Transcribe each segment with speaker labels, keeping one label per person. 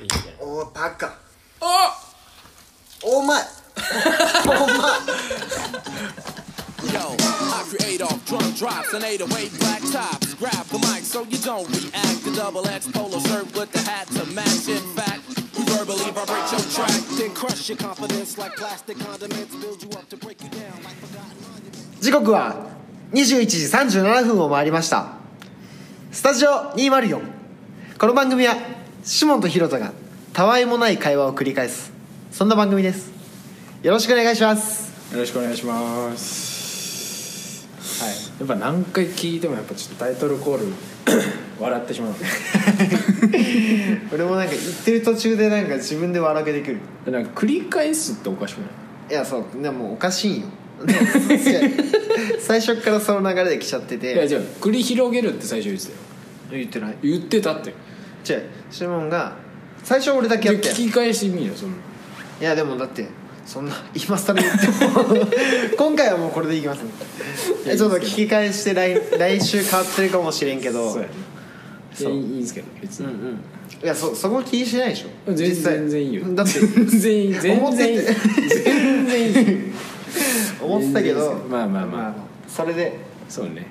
Speaker 1: みたいな
Speaker 2: おバカ
Speaker 1: あ
Speaker 2: お前お前
Speaker 3: Yo, I create off drum drops and 808 black tops. Grab the mic so you don't react. The double X polo shirt with the hat to match. In fact, you verbally vibrate your track. Then crush your confidence like plastic condiments. Build you up to break you down like forgotten monuments.
Speaker 4: 時刻は21時37分を回りましたスタジオ204この番組はシモンとヒロトがたわいもない会話を繰り返すそんな番組ですよろしくお願いし ます
Speaker 5: よろしくお願いしますはいやっぱ何回聞いてもやっぱちょっとタイトルコール 笑ってしまう
Speaker 4: 俺もなんか言ってる途中でなんか自分で笑けてくる
Speaker 5: でなんか繰り返すっておかしくない
Speaker 4: いやそうでもおかしいよでも最初からその流れで来ちゃってて
Speaker 5: いやじゃあ繰り広げるって最初言ってたよ
Speaker 4: 言ってない
Speaker 5: 言ってたって
Speaker 4: 違うシモンが最初俺だけや
Speaker 5: で
Speaker 4: っ
Speaker 5: 聞
Speaker 4: たよ
Speaker 5: き返してみよその
Speaker 4: いやでもだってそんな今更言っても今回はもうこれでいきます
Speaker 5: いや
Speaker 4: えちょっと聞き返して来来週変わってるかもしれんけど
Speaker 5: そうやねいやいいいいんですけど別
Speaker 4: うん
Speaker 5: に、
Speaker 4: うんいやそそこ気にしないでしょ
Speaker 5: 全
Speaker 4: 実際
Speaker 5: 然全然いいよ
Speaker 4: だって
Speaker 5: 全然いい
Speaker 4: 思っ
Speaker 5: 全然いい
Speaker 4: てて
Speaker 5: 全然いいよ
Speaker 4: 思ってたけど
Speaker 5: 全然いいですまあまあまあ
Speaker 4: それで
Speaker 5: そうね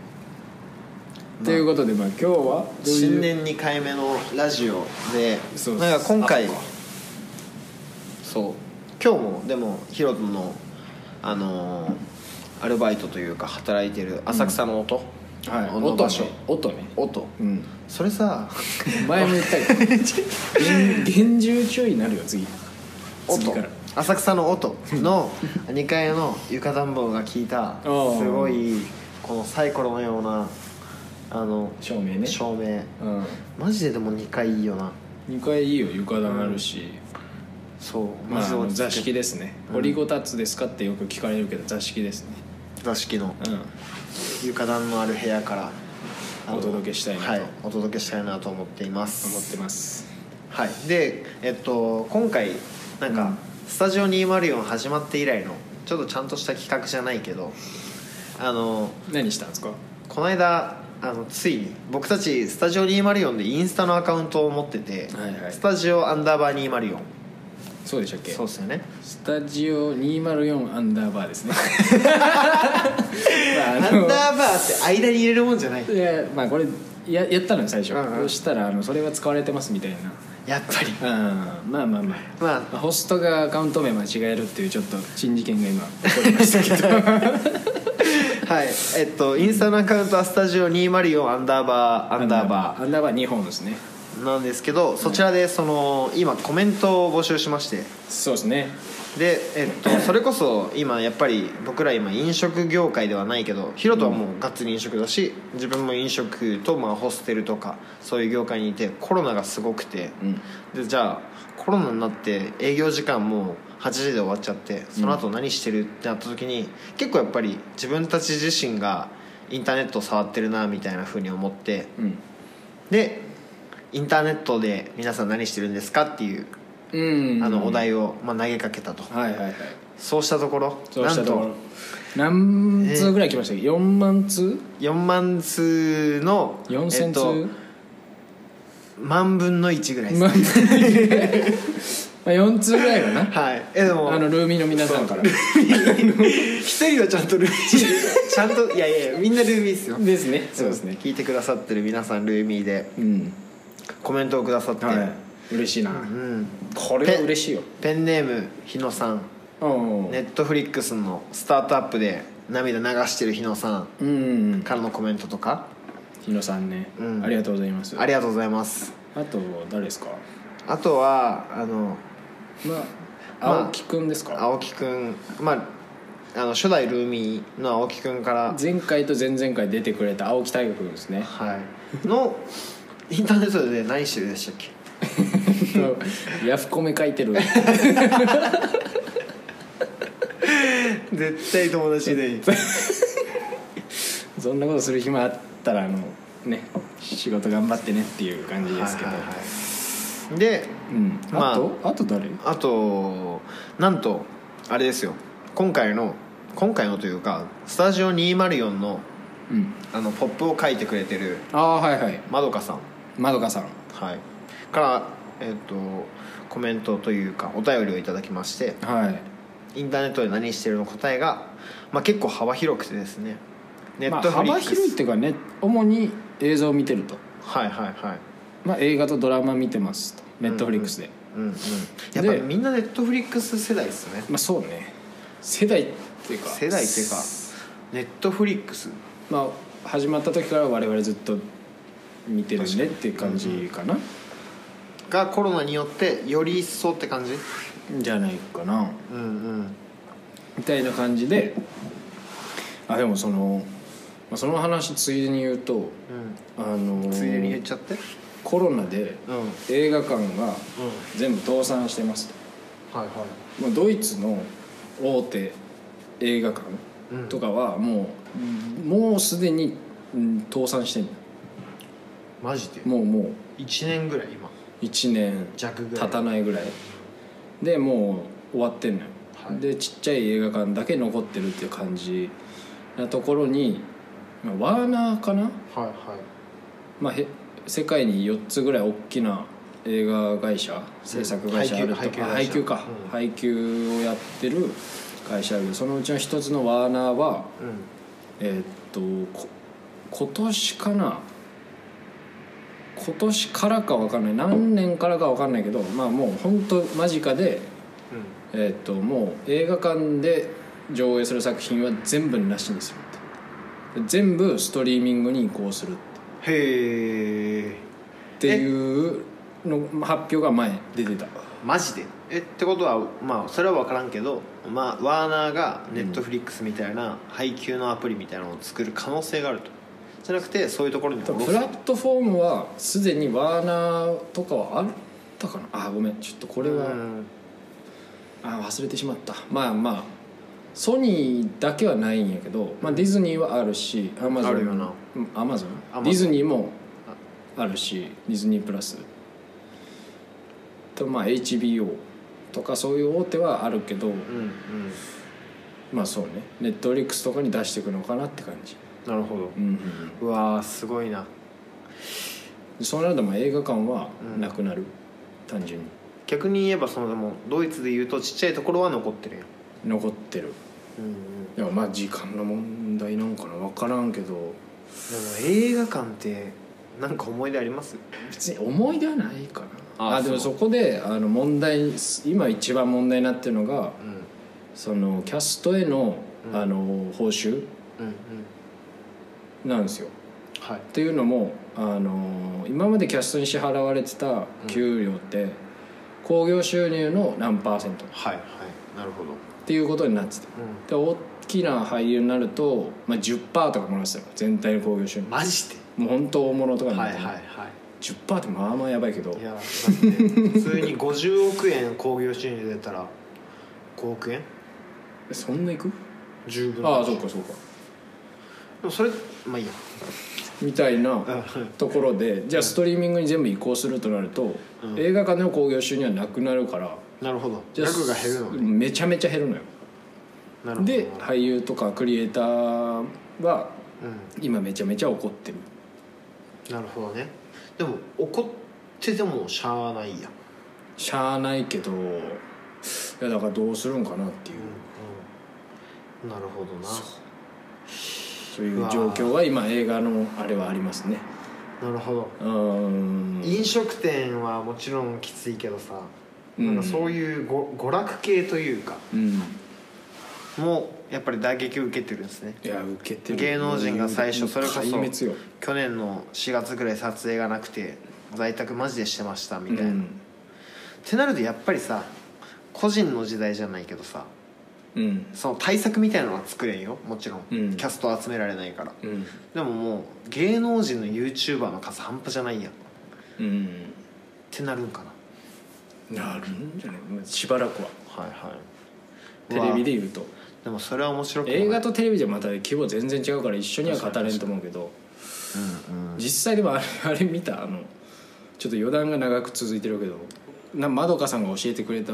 Speaker 5: ということでまあ今日はどういう
Speaker 4: 新年2回目のラジオで
Speaker 5: そう
Speaker 4: なんか今回
Speaker 5: あそっか
Speaker 4: そう今日もでもヒロトのあのーアルバイトというか働いてる浅草の音、
Speaker 5: はい
Speaker 4: の
Speaker 5: 音
Speaker 4: 場
Speaker 5: ね
Speaker 4: 所
Speaker 5: 音ね
Speaker 4: 音
Speaker 5: うん
Speaker 4: それさ
Speaker 5: 前も言ったけど 厳厳重注意になるよ次 次
Speaker 4: 音
Speaker 5: から
Speaker 4: 浅草の音 の2階の床暖房が効いたす
Speaker 5: おう
Speaker 4: ごいこのサイコロのようなあの
Speaker 5: 照明ね
Speaker 4: 照明
Speaker 5: うん
Speaker 4: マジででも2階いいよな
Speaker 5: 2階いいよ床暖あるし、
Speaker 4: そうマ
Speaker 5: まあ
Speaker 4: ジ
Speaker 5: あ
Speaker 4: で
Speaker 5: の
Speaker 4: 落ち着く
Speaker 5: 座敷ですね「掘りごたつですか?」ってよく聞かれるけど座敷ですね
Speaker 4: 座敷の
Speaker 5: う
Speaker 4: 床暖のある部屋からあの
Speaker 5: お届けしたいなと
Speaker 4: はいお届けしたいなと思っています
Speaker 5: ん思ってます
Speaker 4: はいでえっと今回なんか、
Speaker 5: うん
Speaker 4: スタジオ204始まって以来のちょっとちゃんとした企画じゃないけどあの
Speaker 5: 何したんですか
Speaker 4: この間あのついに僕たちスタジオ204でインスタのアカウントを持ってて、
Speaker 5: はいはい
Speaker 4: スタジオアンダーバー204
Speaker 5: そうでしたっけ
Speaker 4: そうですよね
Speaker 5: スタジオ204アンダーバーですね
Speaker 4: ア
Speaker 5: まああ
Speaker 4: ンダー
Speaker 5: の
Speaker 4: バーって間に入れるもんじゃない
Speaker 5: いやまあこれややったのよ最初、
Speaker 4: うんうん
Speaker 5: そしたらあのそれは使われてますみたいな
Speaker 4: やっぱり
Speaker 5: うんまあまあまあ
Speaker 4: まあ
Speaker 5: まあホストがアカウント名間違えるっていうちょっと珍事件が今起こりましたけど
Speaker 4: はいえっとインスタのアカウントはスタジオ204アンダーバーアンダーバ
Speaker 5: ー アンダーバー2本ですね
Speaker 4: ーなんですけどそちらでその今コメントを募集しまして
Speaker 5: そうですね
Speaker 4: でえっとそれこそ今やっぱり僕ら今飲食業界ではないけどヒロトはもうがっつり飲食だし自分も飲食とまあホステルとかそういう業界にいてコロナがすごくて、
Speaker 5: うん
Speaker 4: でじゃあコロナになって営業時間もう8時で終わっちゃってその後何してるってなった時に、結構やっぱり自分たち自身がインターネットを触ってるなみたいな風に思って
Speaker 5: うん
Speaker 4: でインターネットで皆さん何してるんですかっていう
Speaker 5: うん
Speaker 4: あのお題をまあ投げかけたと。
Speaker 5: はいはいはい
Speaker 4: そうしたところ
Speaker 5: そうしたとこ
Speaker 4: な
Speaker 5: ろ
Speaker 4: んと
Speaker 5: 何通ぐらい来ましたっけ4万通
Speaker 4: 4万通の
Speaker 5: 4000通、
Speaker 4: えっと万分の1ぐらいです、
Speaker 5: まあまあ4通ぐらいか な
Speaker 4: はいえでも
Speaker 5: あのルーミーの皆さんから
Speaker 4: 一人はちゃんとルーミー ちゃんといやいやいやみんなルーミーですよ
Speaker 5: ですねそうですね
Speaker 4: 聞いてくださってる皆さんルーミーで
Speaker 5: うん
Speaker 4: コメントをくださって、
Speaker 5: はい嬉しいな
Speaker 4: うん、
Speaker 5: これは嬉しいよ
Speaker 4: ペンネーム日野さん
Speaker 5: うん
Speaker 4: ネットフリックスのスタートアップで涙流してる日野さん
Speaker 5: うん
Speaker 4: からのコメントとか
Speaker 5: 日野さんね
Speaker 4: うん
Speaker 5: ありがとうございます
Speaker 4: ありがとうございます
Speaker 5: あと誰ですか
Speaker 4: あとはあの
Speaker 5: ま
Speaker 4: まあ
Speaker 5: あ青木くんですか
Speaker 4: 青木くんまああの初代ルーミーの青木くんから
Speaker 5: 前回と前々回出てくれた青木大悟くんです ね
Speaker 4: はいのインターネットで何してるでしたっけ
Speaker 5: ヤフコメ書いてる
Speaker 4: 絶対友達でいい
Speaker 5: そんなことする暇あったらあのね仕事頑張ってねっていう感じですけど
Speaker 4: で
Speaker 5: うん
Speaker 4: まあ
Speaker 5: あとあと誰
Speaker 4: あとなんとあれですよ今回の今回のというかスタジオ204の
Speaker 5: うん
Speaker 4: あのポップを書いてくれてる
Speaker 5: ああはいはい
Speaker 4: まどかさん
Speaker 5: まどかさん
Speaker 4: はいからえっとコメントというかお便りをいただきまして
Speaker 5: はい
Speaker 4: インターネットで何してるの答えが、まあ、結構幅広くてですねネ
Speaker 5: ま
Speaker 4: ッ
Speaker 5: あ、
Speaker 4: トフリッ
Speaker 5: 幅
Speaker 4: クス、
Speaker 5: 広いっていうかね主に映像を見てると、
Speaker 4: はいはいはい
Speaker 5: まあ、映画とドラマ見てますとネットフリックスで、
Speaker 4: うんうんやっぱ
Speaker 5: で
Speaker 4: りみんなネットフリックス世代ですね
Speaker 5: まあそうね世代っていうか
Speaker 4: 世代っていうかネットフリックス
Speaker 5: まあ始まった時から我々ずっと見てるねっていう感じかな、
Speaker 4: がコロナによってより一層って感じ
Speaker 5: じゃないかな
Speaker 4: うんうん
Speaker 5: みたいな感じであでもその、まあ、その話ついでに言うと
Speaker 4: う
Speaker 5: あのー
Speaker 4: んついでに言っちゃって
Speaker 5: コロナで
Speaker 4: うんはい
Speaker 5: 映画館が全部倒産してますと
Speaker 4: はい
Speaker 5: まあ、ドイツの大手映画館
Speaker 4: うん
Speaker 5: とかはもう、もうすでに、うん、倒産してんの
Speaker 4: マジで
Speaker 5: もうもう
Speaker 4: 1年ぐらい今
Speaker 5: 1年
Speaker 4: 弱ぐらい
Speaker 5: 経たないぐらいでもう終わってんのよ、
Speaker 4: はい
Speaker 5: でちっちゃい映画館だけ残ってるっていう感じなところにまあワーナーかな、
Speaker 4: はいはい
Speaker 5: まあ、へ世界に4つぐらい大きな映画会社制作会社あると
Speaker 4: 配給
Speaker 5: あ
Speaker 4: 配
Speaker 5: 配
Speaker 4: 給
Speaker 5: 給
Speaker 4: 会
Speaker 5: か
Speaker 4: 社うん
Speaker 5: 配給をやってる会社あるそのうちの一つのワーナーは
Speaker 4: う
Speaker 5: えーっとこ今年かな今年からか分かんない何年からか分かんないけどまあもう本当間近で、
Speaker 4: んうん
Speaker 5: えーっともう映画館で上映する作品は全部なしにするってで全部ストリーミングに移行するって
Speaker 4: へえ
Speaker 5: っていうの発表が前出てた
Speaker 4: マジでえってことはまあそれは分からんけど、まあ、ワーナーがネットフリックスみたいな配給のアプリみたいなのを作る可能性があるとじゃなくてそういうところに
Speaker 5: プラットフォームはすでにワーナーとかはあったかなあごめんちょっとこれは、
Speaker 4: うん
Speaker 5: あ忘れてしまったまあまあソニーだけはないんやけど、まあ、ディズニーはあるしアマゾン
Speaker 4: あるよな
Speaker 5: アマゾン
Speaker 4: Amazon
Speaker 5: ディズニーもあるしディズニープラスとまあ HBO とかそういう大手はあるけ
Speaker 4: う
Speaker 5: ど、
Speaker 4: んうん
Speaker 5: まあそうねネットフリックスとかに出していくのかなって感じ、
Speaker 4: なるほど
Speaker 5: うんうんう
Speaker 4: う
Speaker 5: ん
Speaker 4: わーすごいな
Speaker 5: そうなるとまあ映画館はなくなる、単純に
Speaker 4: 逆に言えばそのでもドイツで言うとちっちゃいところは残ってるやん
Speaker 5: 残ってる
Speaker 4: うんうん
Speaker 5: でもまあ時間の問題なんかな分からんけど
Speaker 4: でも映画館ってなんか思い出あります
Speaker 5: 別に思い出はないかな
Speaker 4: あ
Speaker 5: あでも
Speaker 4: そ
Speaker 5: そうこであの問題今一番問題になってるのが
Speaker 4: うん
Speaker 5: そのキャストへの,、
Speaker 4: うん
Speaker 5: あの報酬
Speaker 4: うんうん
Speaker 5: なんですよ
Speaker 4: はい
Speaker 5: っていうのもあの今までキャストに支払われてた給料って興行、収入の何パーセントっ
Speaker 4: はいはいなるほど
Speaker 5: ていうことになってて
Speaker 4: う
Speaker 5: で大きな俳優になると、まあ、10%とかもらってたよ全体の興行収入
Speaker 4: んマジで
Speaker 5: もう本当大物とかにな
Speaker 4: は
Speaker 5: っ
Speaker 4: い
Speaker 5: て
Speaker 4: は
Speaker 5: ね、
Speaker 4: いはい
Speaker 5: 10%ってまあまあやばいけど
Speaker 4: いやだって普通に50億円興行収入出たら5億円
Speaker 5: そんないく
Speaker 4: 十分
Speaker 5: ああそうかそうか
Speaker 4: でもそれまあいいや
Speaker 5: みたいな
Speaker 4: うん
Speaker 5: ところでじゃあストリーミングに全部移行するとなると、
Speaker 4: うん
Speaker 5: 映画館の興行収入はなくなるから
Speaker 4: なるほど
Speaker 5: じゃあ
Speaker 4: 額が減るのね
Speaker 5: めちゃめちゃ減るのよ
Speaker 4: なるほど
Speaker 5: で俳優とかクリエイターは
Speaker 4: うん
Speaker 5: 今めちゃめちゃ怒ってる
Speaker 4: なるほどねでも怒っててもしゃあないやん
Speaker 5: しゃあないけどいやだからどうするんかなっていう
Speaker 4: うんうんなるほどな
Speaker 5: そういう状況は今映画のあれはありますね
Speaker 4: なるほど
Speaker 5: うーん
Speaker 4: 飲食店はもちろんきついけどさ、
Speaker 5: うん
Speaker 4: なんかそういうご娯楽系というか
Speaker 5: うん
Speaker 4: もうやっぱり打撃を受けてるんですね
Speaker 5: いや受けてる
Speaker 4: 芸能人が最初それこそ
Speaker 5: 壊滅よ
Speaker 4: 去年の4月ぐらい撮影がなくて在宅マジでしてましたみたいな、
Speaker 5: う
Speaker 4: っ
Speaker 5: ん
Speaker 4: てなるとやっぱりさ個人の時代じゃないけどさ
Speaker 5: うん
Speaker 4: その対策みたいなのは作れんよもちろん、
Speaker 5: うん
Speaker 4: キャスト集められないから
Speaker 5: うん
Speaker 4: でももう芸能人の YouTuber の数半端じゃないやんっ
Speaker 5: うん
Speaker 4: てなるんかな
Speaker 5: なるんじゃないまあしばらくは
Speaker 4: はいはい
Speaker 5: テレビで言うと
Speaker 4: でもそれは面白くない
Speaker 5: 映画とテレビじゃまた規模全然違うから一緒には語れんと思うけど
Speaker 4: うんうん
Speaker 5: 実際でもあれあれ見たあのちょっと余談が長く続いてるけどなまどかさんが教えてくれた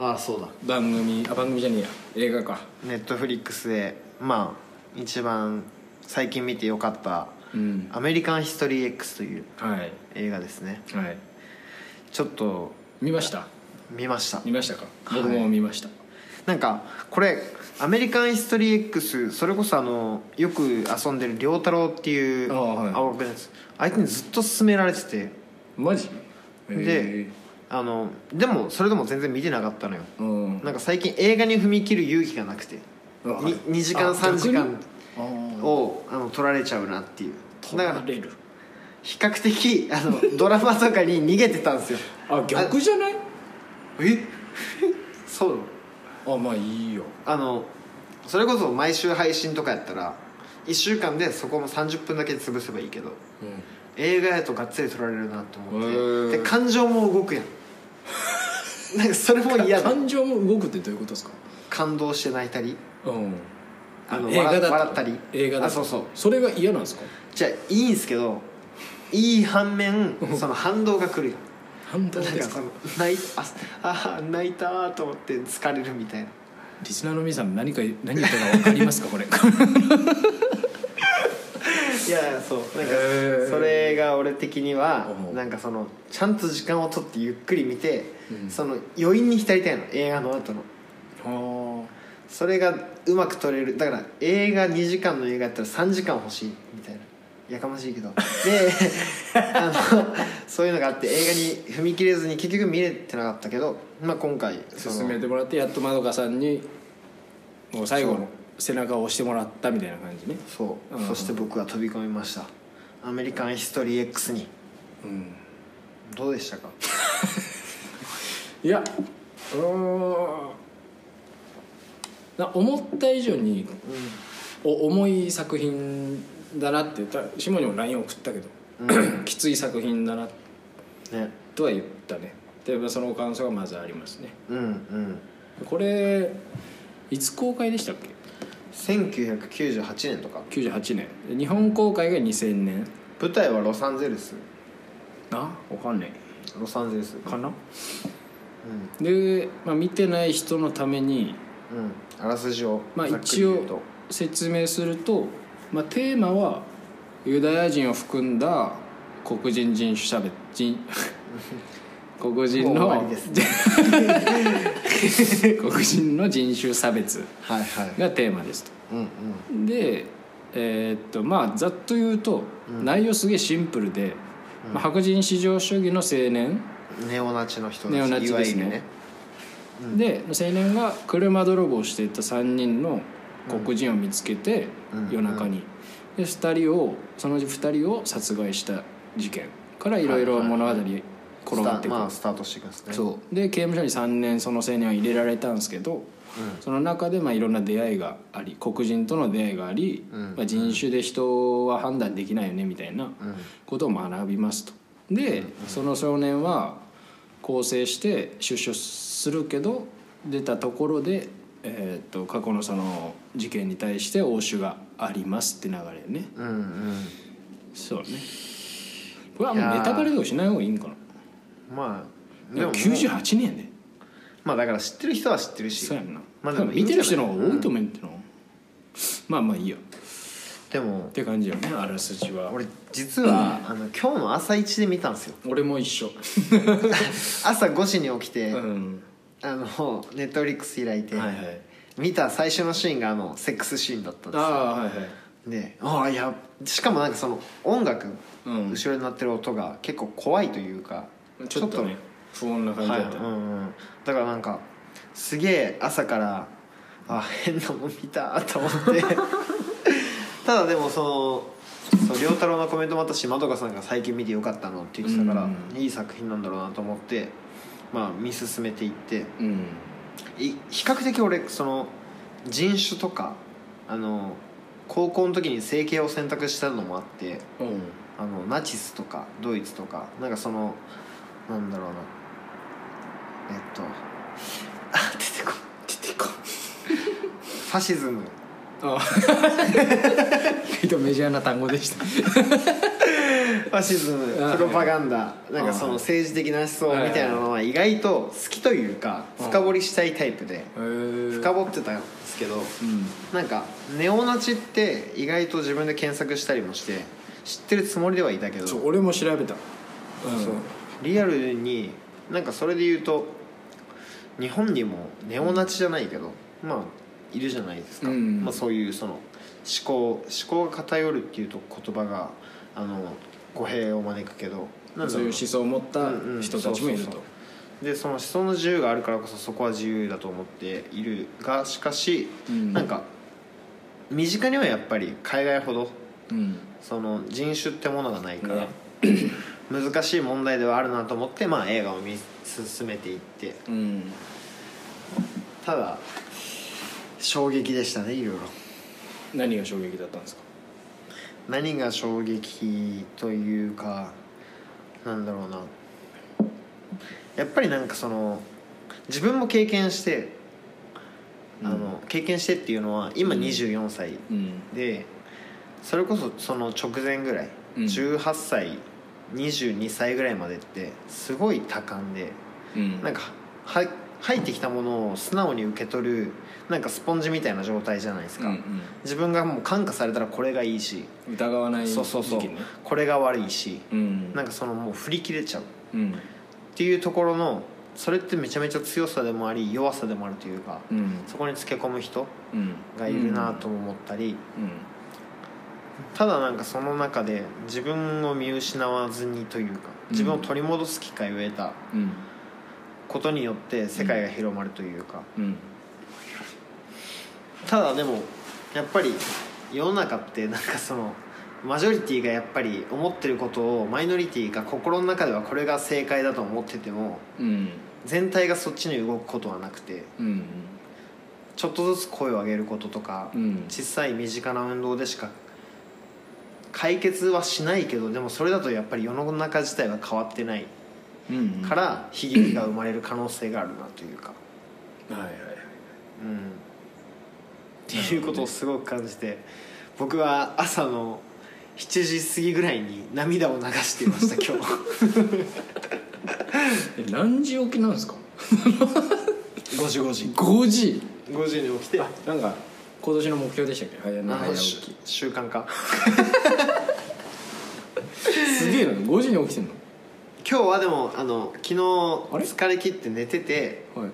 Speaker 4: ああそうだ
Speaker 5: 番組あ番組じゃねえや映画か
Speaker 4: ネットフリックスでまあ一番最近見てよかった
Speaker 5: うん
Speaker 4: 「アメリカンヒストリー X」という
Speaker 5: はい
Speaker 4: 映画ですね
Speaker 5: はい
Speaker 4: ちょっと
Speaker 5: 見ました
Speaker 4: 見ました
Speaker 5: 見ましたか
Speaker 4: はい
Speaker 5: 僕も見ました、
Speaker 4: なんかこれ「アメリカンヒストリー X」それこそあのよく遊んでる良太郎っていう
Speaker 5: ああはい
Speaker 4: 青学のやつあいつにずっと勧められてて
Speaker 5: マジ
Speaker 4: で
Speaker 5: え
Speaker 4: あのでもそれでも全然見てなかったのよ
Speaker 5: ーうん
Speaker 4: なんか最近映画に踏み切る勇気がなくて
Speaker 5: はい
Speaker 4: 2, 時間
Speaker 5: あ
Speaker 4: 3時間
Speaker 5: 逆にあ
Speaker 4: をあの取られちゃうなっていう
Speaker 5: ー
Speaker 4: だから
Speaker 5: 取られる
Speaker 4: 比較的あのドラマとかに逃げてたんですよ
Speaker 5: あ逆じゃない
Speaker 4: え そうなの
Speaker 5: あまあいいよ
Speaker 4: あのそれこそ毎週配信とかやったら1週間でそこも30分だけ潰せばいいけど映画やとがっつり撮られるなと思
Speaker 5: へー
Speaker 4: ってで感情も動くやんなんかそれも嫌だ
Speaker 5: 感情も動くってどういうことですか
Speaker 4: 感動して泣いたり
Speaker 5: うん
Speaker 4: あの
Speaker 5: 映画だと
Speaker 4: 笑笑ったり
Speaker 5: 映画だと
Speaker 4: あそうそう
Speaker 5: それが嫌なんですか
Speaker 4: じゃあいいんすけどいい反面その反動が来るやん
Speaker 5: 反動
Speaker 4: なん
Speaker 5: で
Speaker 4: か
Speaker 5: す
Speaker 4: そ
Speaker 5: か
Speaker 4: の泣いああー泣いたーと思って疲れるみたいな
Speaker 5: リスナーの皆さん何か何言ったか分かりま すかこれ
Speaker 4: いやいやそうなんか
Speaker 5: へー
Speaker 4: それが俺的には
Speaker 5: うん
Speaker 4: なんかそのちゃんと時間を取ってゆっくり見て、その余韻に浸りたいの映画の後の
Speaker 5: は
Speaker 4: それがうまく撮れるだから映画2時間の映画やったら3時間欲しいみたいなやかましいけどであのそういうのがあって映画に踏み切れずに結局見れてなかったけど、まあ、今回その
Speaker 5: 進めてもらってやっとまどかさんにもう最後
Speaker 4: そう
Speaker 5: の背中を押してもらったみたいな感じね
Speaker 4: そう、
Speaker 5: うん
Speaker 4: そして僕は飛び込みましたアメリカンヒストリー X に
Speaker 5: うん
Speaker 4: どうでしたか
Speaker 5: いやうーんな思った以上に、お重い作品だなって言った下にも LINE 送ったけど、 きつい作品だな
Speaker 4: ね
Speaker 5: とは言ったねでまあその感想がまずありますね
Speaker 4: うんうん
Speaker 5: これいつ公開でしたっけ
Speaker 4: 1998年とか
Speaker 5: 98年日本公開が2000年
Speaker 4: 舞台はロサンゼルス
Speaker 5: あわかんない
Speaker 4: ロサンゼルス
Speaker 5: かなで、まあ、見てない人のために、
Speaker 4: うん、うん、あらすじを
Speaker 5: まあ、
Speaker 4: ざっくり
Speaker 5: 一
Speaker 4: 言う
Speaker 5: 応
Speaker 4: と
Speaker 5: 説明すると、まあ、テーマはユダヤ人を含んだ黒人人種差別 人黒人
Speaker 4: もう終
Speaker 5: の
Speaker 4: わりです
Speaker 5: 黒人の人種差別
Speaker 4: はいはい
Speaker 5: がテーマですと
Speaker 4: うんうん
Speaker 5: でえーっとまあざっと言うと、内容すげえシンプルで、まあ、白人至上主義の青年
Speaker 4: ネオナチの人たち
Speaker 5: ネオナチですね
Speaker 4: いわゆるね
Speaker 5: で青年が車泥棒をしていた3人の黒人を見つけて、
Speaker 4: うん
Speaker 5: 夜中に、で2人をそのうち2人を殺害した事件からいろいろ物語転がっていく、
Speaker 4: まあスタートしていくんですね
Speaker 5: そうで刑務所に3年その青年は入れられたんですけど、
Speaker 4: う
Speaker 5: その中でまあいろんな出会いがあり黒人との出会いがあり、
Speaker 4: うん
Speaker 5: まあ、人種で人は判断できないよねみたいな
Speaker 4: うん
Speaker 5: ことを学びますと。で、その少年は更生して出所するけど出たところで、えー、と過去のその事件に対して応酬がありますって流れね。
Speaker 4: うんうん
Speaker 5: そうねこれはも
Speaker 4: いうやー
Speaker 5: ネタバレとかしない方がいいんかな
Speaker 4: まあ
Speaker 5: で
Speaker 4: でも
Speaker 5: も98年やで、
Speaker 4: まあだから知ってる人は知ってるし
Speaker 5: そうやんな、
Speaker 4: まあ
Speaker 5: 多
Speaker 4: で
Speaker 5: 分
Speaker 4: もいい
Speaker 5: 見
Speaker 4: んじ
Speaker 5: て
Speaker 4: ゃな
Speaker 5: る
Speaker 4: い
Speaker 5: 人の方が多いと思うんけど、まあまあいいやっ
Speaker 4: でも
Speaker 5: て感じよねあらすじは俺
Speaker 4: 俺実は、あの今日の朝一で見たんですよ
Speaker 5: も一 緒
Speaker 4: 朝5時に起きて、
Speaker 5: うん
Speaker 4: あのネットフリックス開いて、
Speaker 5: はいはい
Speaker 4: 見た最初のシーンがあのセックスシーンだったん
Speaker 5: あ
Speaker 4: ですよ
Speaker 5: あはいはい
Speaker 4: でああいやしかもなんかその音楽、
Speaker 5: うん
Speaker 4: 後ろに鳴ってる音が結構怖いというか
Speaker 5: ちょっとね不穏な感じ
Speaker 4: はい
Speaker 5: だっ
Speaker 4: う
Speaker 5: た、
Speaker 4: んうん、だからなんかすげえ朝からあ変なもん見たと思って ただでもそのそう良太郎のコメントもあったしまどかさんが最近見てよかったのって言ってたから、
Speaker 5: うん
Speaker 4: いい作品なんだろうなと思って、まあ、見進めていって
Speaker 5: うん
Speaker 4: い比較的俺その人種とかあの高校の時に整形を選択したのもあって
Speaker 5: うん
Speaker 4: あのナチスとかドイツとかなんかそのなんだろうなえっとあ出てこ
Speaker 5: 出てこ
Speaker 4: ファシズム
Speaker 5: あ意外とメジャーな単語で した
Speaker 4: ファシズム
Speaker 5: あ
Speaker 4: プロパガンダなんかそ
Speaker 5: あ
Speaker 4: の政治的な思想みたいなのは意外と好きというか深掘りしたいタイプで深
Speaker 5: 深
Speaker 4: 掘ってたんですけど
Speaker 5: うん
Speaker 4: なんかネオナチって意外と自分で検索したりもして知ってるつもりではいたけど
Speaker 5: そう俺も調べた、うん、
Speaker 4: そうリアルになんかそれで言うと日本にもネオナチじゃないけど、まあいるじゃないですか、
Speaker 5: うん
Speaker 4: まあ、そういうその思考思考が偏るっていうと言葉があの語弊を招くけどなんだろ
Speaker 5: そういう思想を持った人たちもいる
Speaker 4: うんうんそうそう
Speaker 5: と
Speaker 4: でその思想の自由があるからこそそこは自由だと思っているがしかし、
Speaker 5: うん
Speaker 4: なんか身近にはやっぱり海外ほど
Speaker 5: うん
Speaker 4: その人種ってものがないから
Speaker 5: ね、
Speaker 4: 難しい問題ではあるなと思って、まあ、映画を見進めていって
Speaker 5: うん
Speaker 4: ただ衝撃でしたねいろいろ
Speaker 5: 何が衝撃だったんですか
Speaker 4: 何が衝撃というかなんだろうなやっぱりなんかその自分も経験して、あの経験してっていうのは今24歳
Speaker 5: うん
Speaker 4: でそれこそその直前ぐらい、
Speaker 5: うん
Speaker 4: 18歳22歳ぐらいまでってすごい多感で
Speaker 5: うん
Speaker 4: なんかは入ってきたものを素直に受け取るなんかスポンジみたいな状態じゃないです
Speaker 5: うん
Speaker 4: か、自分がもう感化されたらこれがいいし
Speaker 5: うん疑わない
Speaker 4: そうそうそう
Speaker 5: 時期ね
Speaker 4: これが悪いし
Speaker 5: うん
Speaker 4: なんかそのもう振り切れちゃうっ
Speaker 5: うん
Speaker 4: ていうところのそれってめちゃめちゃ強さでもあり弱さでもあるというか、
Speaker 5: うん
Speaker 4: そこにつけ込む人
Speaker 5: うん
Speaker 4: がいるなとも思ったり、
Speaker 5: う
Speaker 4: ただなんかその中で自分を見失わずにというか自分を取り戻す機会を得た
Speaker 5: んうん
Speaker 4: ことによって世界が広まるというか、
Speaker 5: うん
Speaker 4: ただでもやっぱり世の中ってなんかそのマジョリティがやっぱり思ってることをマイノリティが心の中ではこれが正解だと思ってても
Speaker 5: うん
Speaker 4: 全体がそっちに動くことはなくて
Speaker 5: うん
Speaker 4: ちょっとずつ声を上げることとか、
Speaker 5: うん
Speaker 4: 小さい身近な運動でしか解決はしないけどでもそれだとやっぱり世の中自体は変わってない
Speaker 5: うん
Speaker 4: から悲劇が生まれる可能性があるなというか、
Speaker 5: はいはいはい
Speaker 4: うん、っていうことをすごく感じて僕は朝の7時過ぎぐらいに涙を流していました今 日
Speaker 5: え何時起きなんです か
Speaker 4: 5時5時
Speaker 5: 5時
Speaker 4: 5時に起きて
Speaker 5: あなんか今年の目標でしたっけ早寝
Speaker 4: あ
Speaker 5: 早
Speaker 4: の
Speaker 5: 起
Speaker 4: し習慣化
Speaker 5: きすげえな5時に起きてんの
Speaker 4: 今日はでもあの昨日
Speaker 5: あれ
Speaker 4: 疲れ切って寝てて
Speaker 5: はい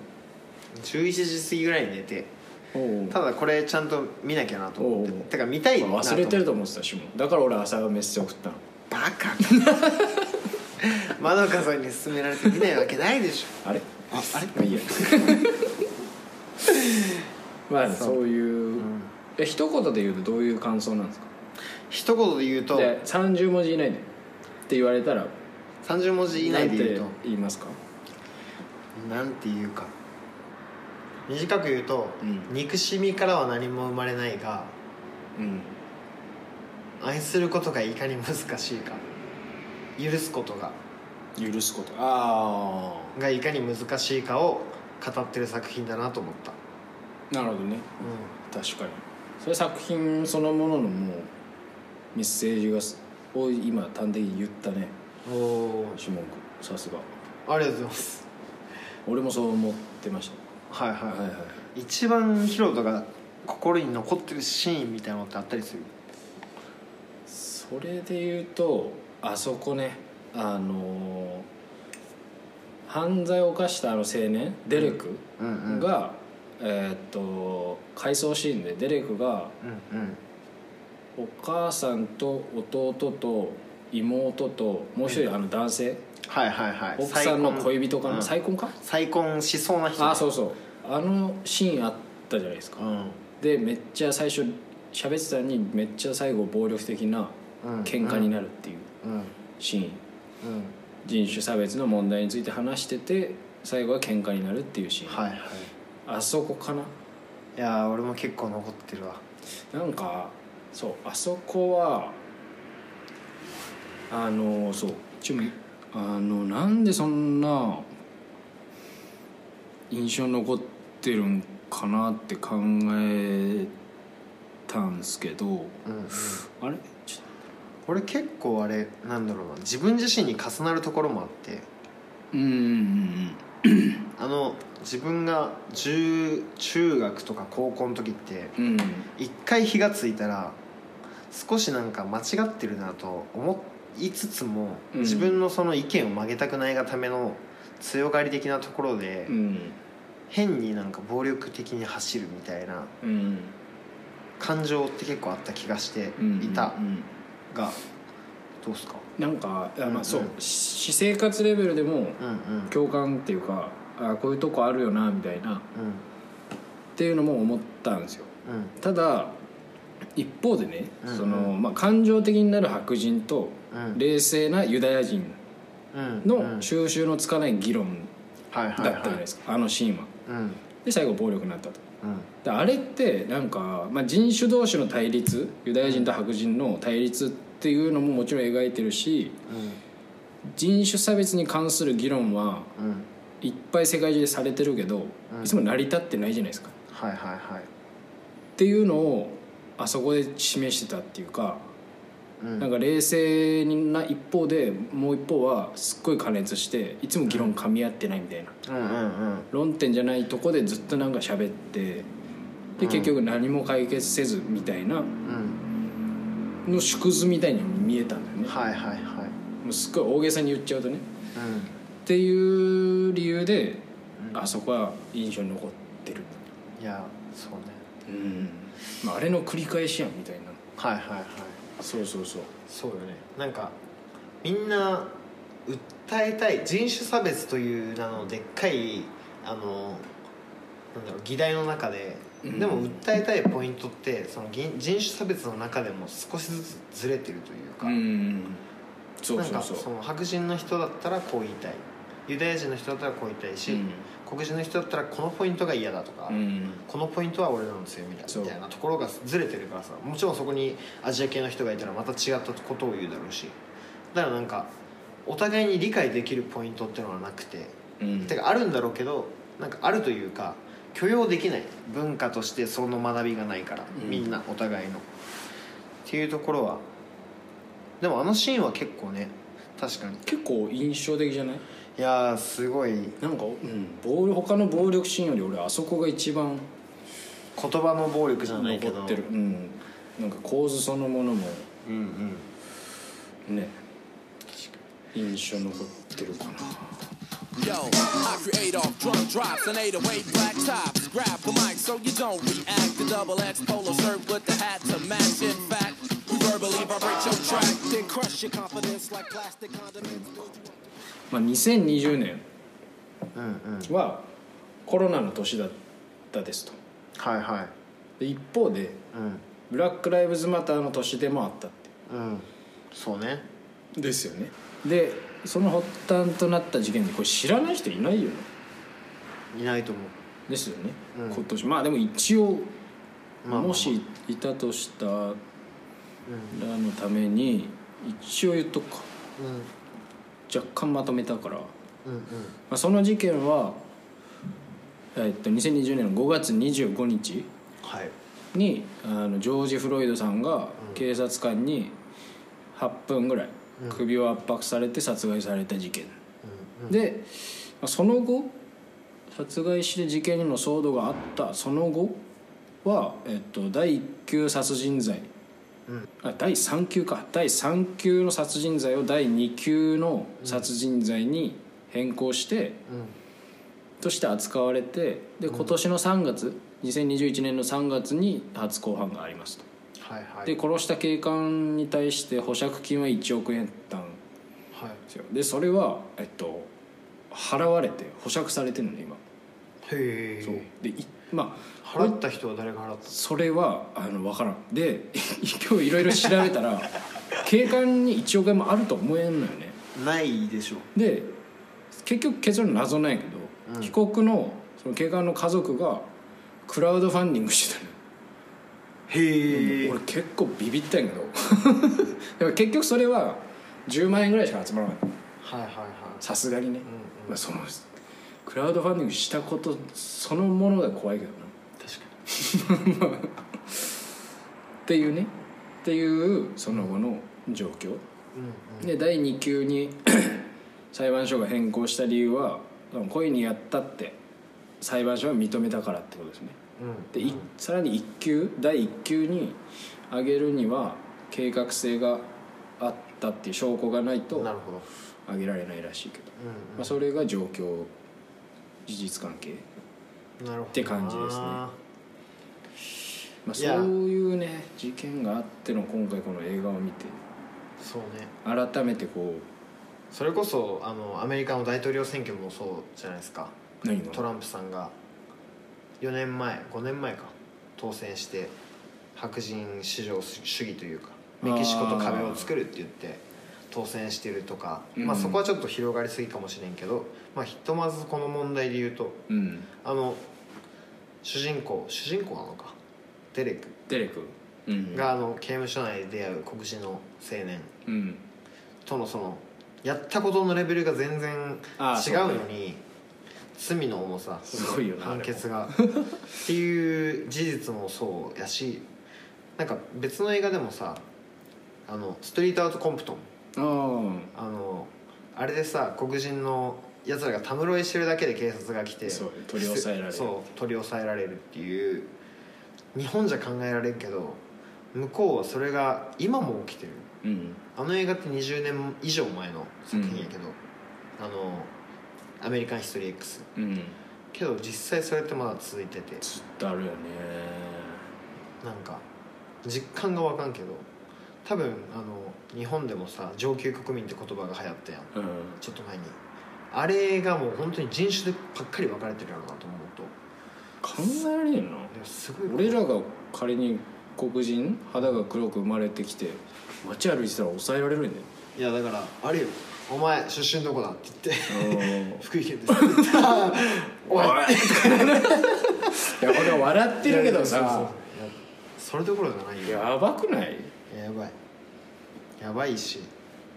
Speaker 4: 11時過ぎぐらいに寝て
Speaker 5: おう
Speaker 4: ただこれちゃんと見なきゃなと思って
Speaker 5: おう
Speaker 4: てか見たいなと思って
Speaker 5: 忘れてると思ってたしもだから俺朝メッセージ送ったの
Speaker 4: バカ まどかさんに勧められて見ないわけないでし
Speaker 5: あれ
Speaker 4: ょああれ
Speaker 5: まあ いいやまあそういうえ一言で言うとどういう感想なんですか
Speaker 4: 一言で言うと
Speaker 5: で30文字以内でって言われたら
Speaker 4: 30文字以内で言うと
Speaker 5: なんて言いますか
Speaker 4: なんていうか短く言うと、
Speaker 5: うん
Speaker 4: 憎しみからは何も生まれないが
Speaker 5: うん
Speaker 4: 愛することがいかに難しいか許すことが
Speaker 5: 許すことあ
Speaker 4: がいかに難しいかを語ってる作品だなと思った、
Speaker 5: あなるほどね
Speaker 4: う
Speaker 5: 確かにそれ作品そのもののもうメッセージがすを今端的に言ったね
Speaker 4: ん、おー
Speaker 5: 下君さすが
Speaker 4: ありがとうございます
Speaker 5: 俺もそう思ってまし
Speaker 4: はいはい
Speaker 5: た
Speaker 4: はい、
Speaker 5: はいはい
Speaker 4: 一番ヒロトが心に残ってるシーンみたいなのってあったりする
Speaker 5: それで言うとあそこねあのー犯罪を犯したあの青年デレク
Speaker 4: うんうん
Speaker 5: が、えーっと回想シーンでデレクが
Speaker 4: うんうん
Speaker 5: お母さんと弟と妹ともう一人あの男性、
Speaker 4: はいはいはい
Speaker 5: 奥さんの恋人かな
Speaker 4: 再
Speaker 5: 再婚か、
Speaker 4: 婚,、再婚しそうな人
Speaker 5: あそうそうあのシーンあったじゃないですか、
Speaker 4: うん
Speaker 5: でめっちゃ最初喋ってたのにめっちゃ最後暴力的な
Speaker 4: うん
Speaker 5: 喧嘩になるっていう
Speaker 4: うん
Speaker 5: シーン、
Speaker 4: うん
Speaker 5: 人種差別の問題について話してて最後は喧嘩になるっていうシーン、
Speaker 4: はいはい
Speaker 5: あそこかない
Speaker 4: やー俺も結構残ってるわ
Speaker 5: なんかそうあそこはあのそうちょあのなんでそんな印象に残ってるんかなって考えたんすけど
Speaker 4: うん、うん、
Speaker 5: あれちょ
Speaker 4: 俺結構あれなんだろうな自分自身に重なるところもあって
Speaker 5: うんうん
Speaker 4: あの自分が中中学とか高校の時って
Speaker 5: うんうん
Speaker 4: 一回火がついたら少しなんか間違ってるなと思いつつも
Speaker 5: うん
Speaker 4: 自分のその意見を曲げたくないがための強がり的なところで、
Speaker 5: うん
Speaker 4: 変になんか暴力的に走るみたいな
Speaker 5: うん
Speaker 4: 感情って結構あった気がして
Speaker 5: うん
Speaker 4: いた
Speaker 5: うん
Speaker 4: が、どうですか
Speaker 5: なんかあまあそう、
Speaker 4: うん
Speaker 5: し私生活レベルでも
Speaker 4: うんうん
Speaker 5: 共感っていうかあこういうとこあるよなみたいなっ
Speaker 4: うん
Speaker 5: ていうのも思ったんですよ
Speaker 4: うん
Speaker 5: ただ一方でね、
Speaker 4: うん
Speaker 5: そのまあ、感情的になる白人と
Speaker 4: うん
Speaker 5: 冷静なユダヤ人
Speaker 4: うんうん
Speaker 5: の収集のつかない議論
Speaker 4: はい
Speaker 5: だっ
Speaker 4: はい
Speaker 5: たじゃない
Speaker 4: はい
Speaker 5: ですか、あのシーンは
Speaker 4: うんうん
Speaker 5: で最後暴力になったとであれってなんか、まあ、人種同士の対立ユダヤ人と白人の対立っていうのももちろん描いてるし人種差別に関する議論は
Speaker 4: うんうん
Speaker 5: いっぱい世界中でされてるけど、
Speaker 4: うん
Speaker 5: いつも成り立ってないじゃないですかっ
Speaker 4: はいはいはい
Speaker 5: ていうのをあそこで示してたっていうか、
Speaker 4: うん
Speaker 5: なんか冷静な一方でもう一方はすっごい過熱していつも議論噛み合ってないみたいな、
Speaker 4: うんうんうん
Speaker 5: 論点じゃないとこでずっとなんか喋ってで結局何も解決せずみたいな
Speaker 4: うん
Speaker 5: の縮図みたいに見えたんだよね、
Speaker 4: はいはいはい
Speaker 5: もうすっごい大げさに言っちゃうとね
Speaker 4: うん
Speaker 5: っていう理由であそこは印象に残ってる、
Speaker 4: いやそうね
Speaker 5: うんまあ、あれの繰り返しやんみたいな
Speaker 4: はいはいはい
Speaker 5: そうそうそう
Speaker 4: そうよねなんかみんな訴えたい人種差別という名のでっかいあのなんだろう議題の中で、
Speaker 5: うん
Speaker 4: でも訴えたいポイントってその人人種差別の中でも少しずつずれてるというか、
Speaker 5: んそう
Speaker 4: なん
Speaker 5: そ
Speaker 4: か
Speaker 5: うそう
Speaker 4: その白人の人だったらこう言いたいユダヤ人の人だったらこう言いたいし、
Speaker 5: うん
Speaker 4: 黒人の人だったらこのポイントが嫌だとか、
Speaker 5: うん
Speaker 4: このポイントは俺なんですよみたい
Speaker 5: そ
Speaker 4: な
Speaker 5: う
Speaker 4: みたいなところがずれてるからさもちろんそこにアジア系の人がいたらまた違ったことを言うだろうしだからなんかお互いに理解できるポイントってのはなくて、
Speaker 5: うん
Speaker 4: てかあるんだろうけどなんかあるというか許容できない文化としてその学びがないから、
Speaker 5: うん
Speaker 4: みんなお互いのっていうところはでもあのシーンは結構ね確かに
Speaker 5: 結構印象的じゃない
Speaker 4: いやーすごい言
Speaker 5: なんか、うん、暴力他の暴力シーンより俺あそこが一番
Speaker 4: 葉の暴力じゃないけど
Speaker 5: 残ってる、うん、なんか構図そのものも
Speaker 4: うんうん
Speaker 5: ね印象残ってるかな
Speaker 3: Yo, I create off drum drops and 808 black tops. Grab the mic so you don't react. The double X polo shirt with the hat to match. In fact, we verbally vibrate your track, then crush your confidence like plastic condiments. Do what you want.
Speaker 5: まあ、2020年
Speaker 4: うんうん
Speaker 5: はコロナの年だったですと
Speaker 4: はいはい
Speaker 5: で一方で
Speaker 4: うん
Speaker 5: ブラック・ライブズ・マターの年でもあったっ
Speaker 4: うんそうね
Speaker 5: てですよねでその発端となった事件でこれ知らない人いないよね
Speaker 4: いないと思
Speaker 5: ですよね、
Speaker 4: うん
Speaker 5: 今年まあでも一応、
Speaker 4: う、まあ、
Speaker 5: もしいたとしたらのために一応言っとくか
Speaker 4: うんうん
Speaker 5: 若干まとめたから、ま
Speaker 4: うん
Speaker 5: あ、その事件は、えっと、2020年の5月25日
Speaker 4: はい
Speaker 5: にあのジョージ・フロイドさんが警察官に8分ぐらい首を圧迫されて殺害された事件、でまあその後殺害して事件の騒動があったその後は、えっと、第1級殺人罪、あ第3級か第3級の殺人罪を第2級の殺人罪に変更して、として扱われてで今年の3月2021年の3月に初公判がありますと
Speaker 4: はいはい
Speaker 5: で殺した警官に対して保釈金は1億円やったんで
Speaker 4: はい
Speaker 5: すよでそれはえっと払われて保釈されてるのね今
Speaker 4: へえ
Speaker 5: でいまあ
Speaker 4: 払った人は誰が払った
Speaker 5: それはあの分からんで 今日いろいろ調べたら警官に1億円もあると思えんのよね
Speaker 4: ないでしょ
Speaker 5: で結局結論謎なんやけど、被告のその警官の家族がクラウドファンディングしてたのよ
Speaker 4: へえ
Speaker 5: 俺結構ビビったんやけど でも結局それは10万円ぐらいしか集まらない
Speaker 4: はいはいはい
Speaker 5: さすがにね、まあ、そのクラウドファンディングしたことそのものが怖いけどな
Speaker 4: 確か
Speaker 5: っていうねっていうその後の状況、
Speaker 4: にうん
Speaker 5: で第2級に 裁判所が変更した理由は故意にやったって裁判所は認めたからってことですね
Speaker 4: うん
Speaker 5: でいさらに1級第1級に上げるには計画性があっったっていう証拠がないと
Speaker 4: なるほど
Speaker 5: あげられないらしいけど、
Speaker 4: うん
Speaker 5: まあ、それが状況事実関係、
Speaker 4: なるほど
Speaker 5: って感じですね
Speaker 4: な
Speaker 5: まあ、
Speaker 4: い
Speaker 5: そう
Speaker 4: や
Speaker 5: いうね事件があっての今回この映画を見て
Speaker 4: そうね
Speaker 5: 改めてこ
Speaker 4: それこそあのアメリカの大統領選挙もそうじゃないですか
Speaker 5: う何が
Speaker 4: トランプさんが4年前5年前か当選して白人至上主義というかメキシコと壁を作るって言って当選してるとか、
Speaker 5: うん
Speaker 4: まあ、そこはちょっと広がりすぎかもしれんけど、まあ、ひとまずこの問題で言うと
Speaker 5: うん
Speaker 4: あの主人公主人公なのかデレク
Speaker 5: デレク、うん、
Speaker 4: があの刑務所内で出会う黒人の青年
Speaker 5: うん
Speaker 4: とのそのやったことのレベルが全然違う
Speaker 5: あーそう
Speaker 4: の
Speaker 5: ね
Speaker 4: に、罪の重さ
Speaker 5: すごいよな
Speaker 4: 判決がっていう事実もそうやしなんか別の映画でもさあのストリートアウトコンプトン
Speaker 5: ああ
Speaker 4: あのあれでさ黒人のやつらがたむろいしてるだけで警察が来て
Speaker 5: そう取り押さえられる
Speaker 4: そう取り押さえられるっていう日本じゃ考えられんけど向こうはそれが今も起きてる
Speaker 5: うん
Speaker 4: あの映画って20年以上前の作品やけど、あのアメリカンヒストリー X
Speaker 5: うん
Speaker 4: けど実際それってまだ続いてて
Speaker 5: ずっとあるよね
Speaker 4: なんか実感がわかんけど多分あの日本でもさ上級国民って言葉が流行ったやん
Speaker 5: うん
Speaker 4: ちょっと前にあれがもう本当に人種でばっかり分かれてるやろうなと思うと
Speaker 5: 考えられん
Speaker 4: いや
Speaker 5: の
Speaker 4: すごい
Speaker 5: 俺らが仮に黒人肌が黒く生まれてきて街歩いてたら抑えられるんだよ
Speaker 4: いやだからあれよお前出身どこだって言って
Speaker 5: い
Speaker 4: 福井県ですって言ったらおい
Speaker 5: や俺は笑ってるけど
Speaker 4: いやいや そう
Speaker 5: さ
Speaker 4: そういやそれどころじゃないよ
Speaker 5: やばくない
Speaker 4: やばいやばいし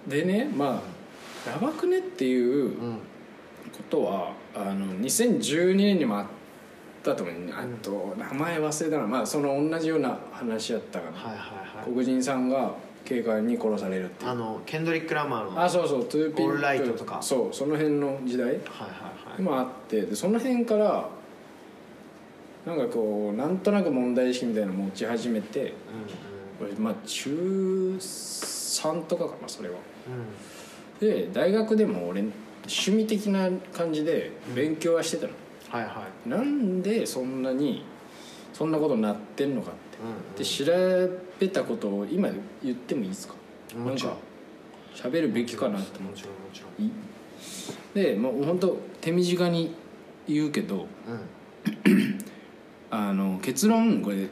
Speaker 5: でねまあやばくねっていう
Speaker 4: うん
Speaker 5: ことはあの2012年にもあったと思うねあと名前忘れたなまあその同じような話やったか
Speaker 4: はいは
Speaker 5: ない
Speaker 4: はい
Speaker 5: 黒人さんが警官に殺されるっていう
Speaker 4: あのケンドリック・ラマーの
Speaker 5: あそうそうトゥーピン
Speaker 4: オールライトとか
Speaker 5: そうその辺の時代
Speaker 4: はいはいはい
Speaker 5: 今あってでその辺からなんかこうなんとなく問題意識みたいなの持ち始めて
Speaker 4: う
Speaker 5: 俺まあ中3とかかなそれ
Speaker 4: ん
Speaker 5: は
Speaker 4: うんうん
Speaker 5: で大学でも俺趣味的な感じで勉強はしてたの、
Speaker 4: はいはい
Speaker 5: なんでそんなにそんなことになってんのかって、
Speaker 4: う
Speaker 5: で調べたことを今言ってもいいですか
Speaker 4: んうんもちろん
Speaker 5: なんか喋るべきかなって思
Speaker 4: も
Speaker 5: っ
Speaker 4: ち
Speaker 5: て
Speaker 4: ろんもちろ
Speaker 5: いでもう本当手短に言うけど
Speaker 4: んうん
Speaker 5: あの結論これ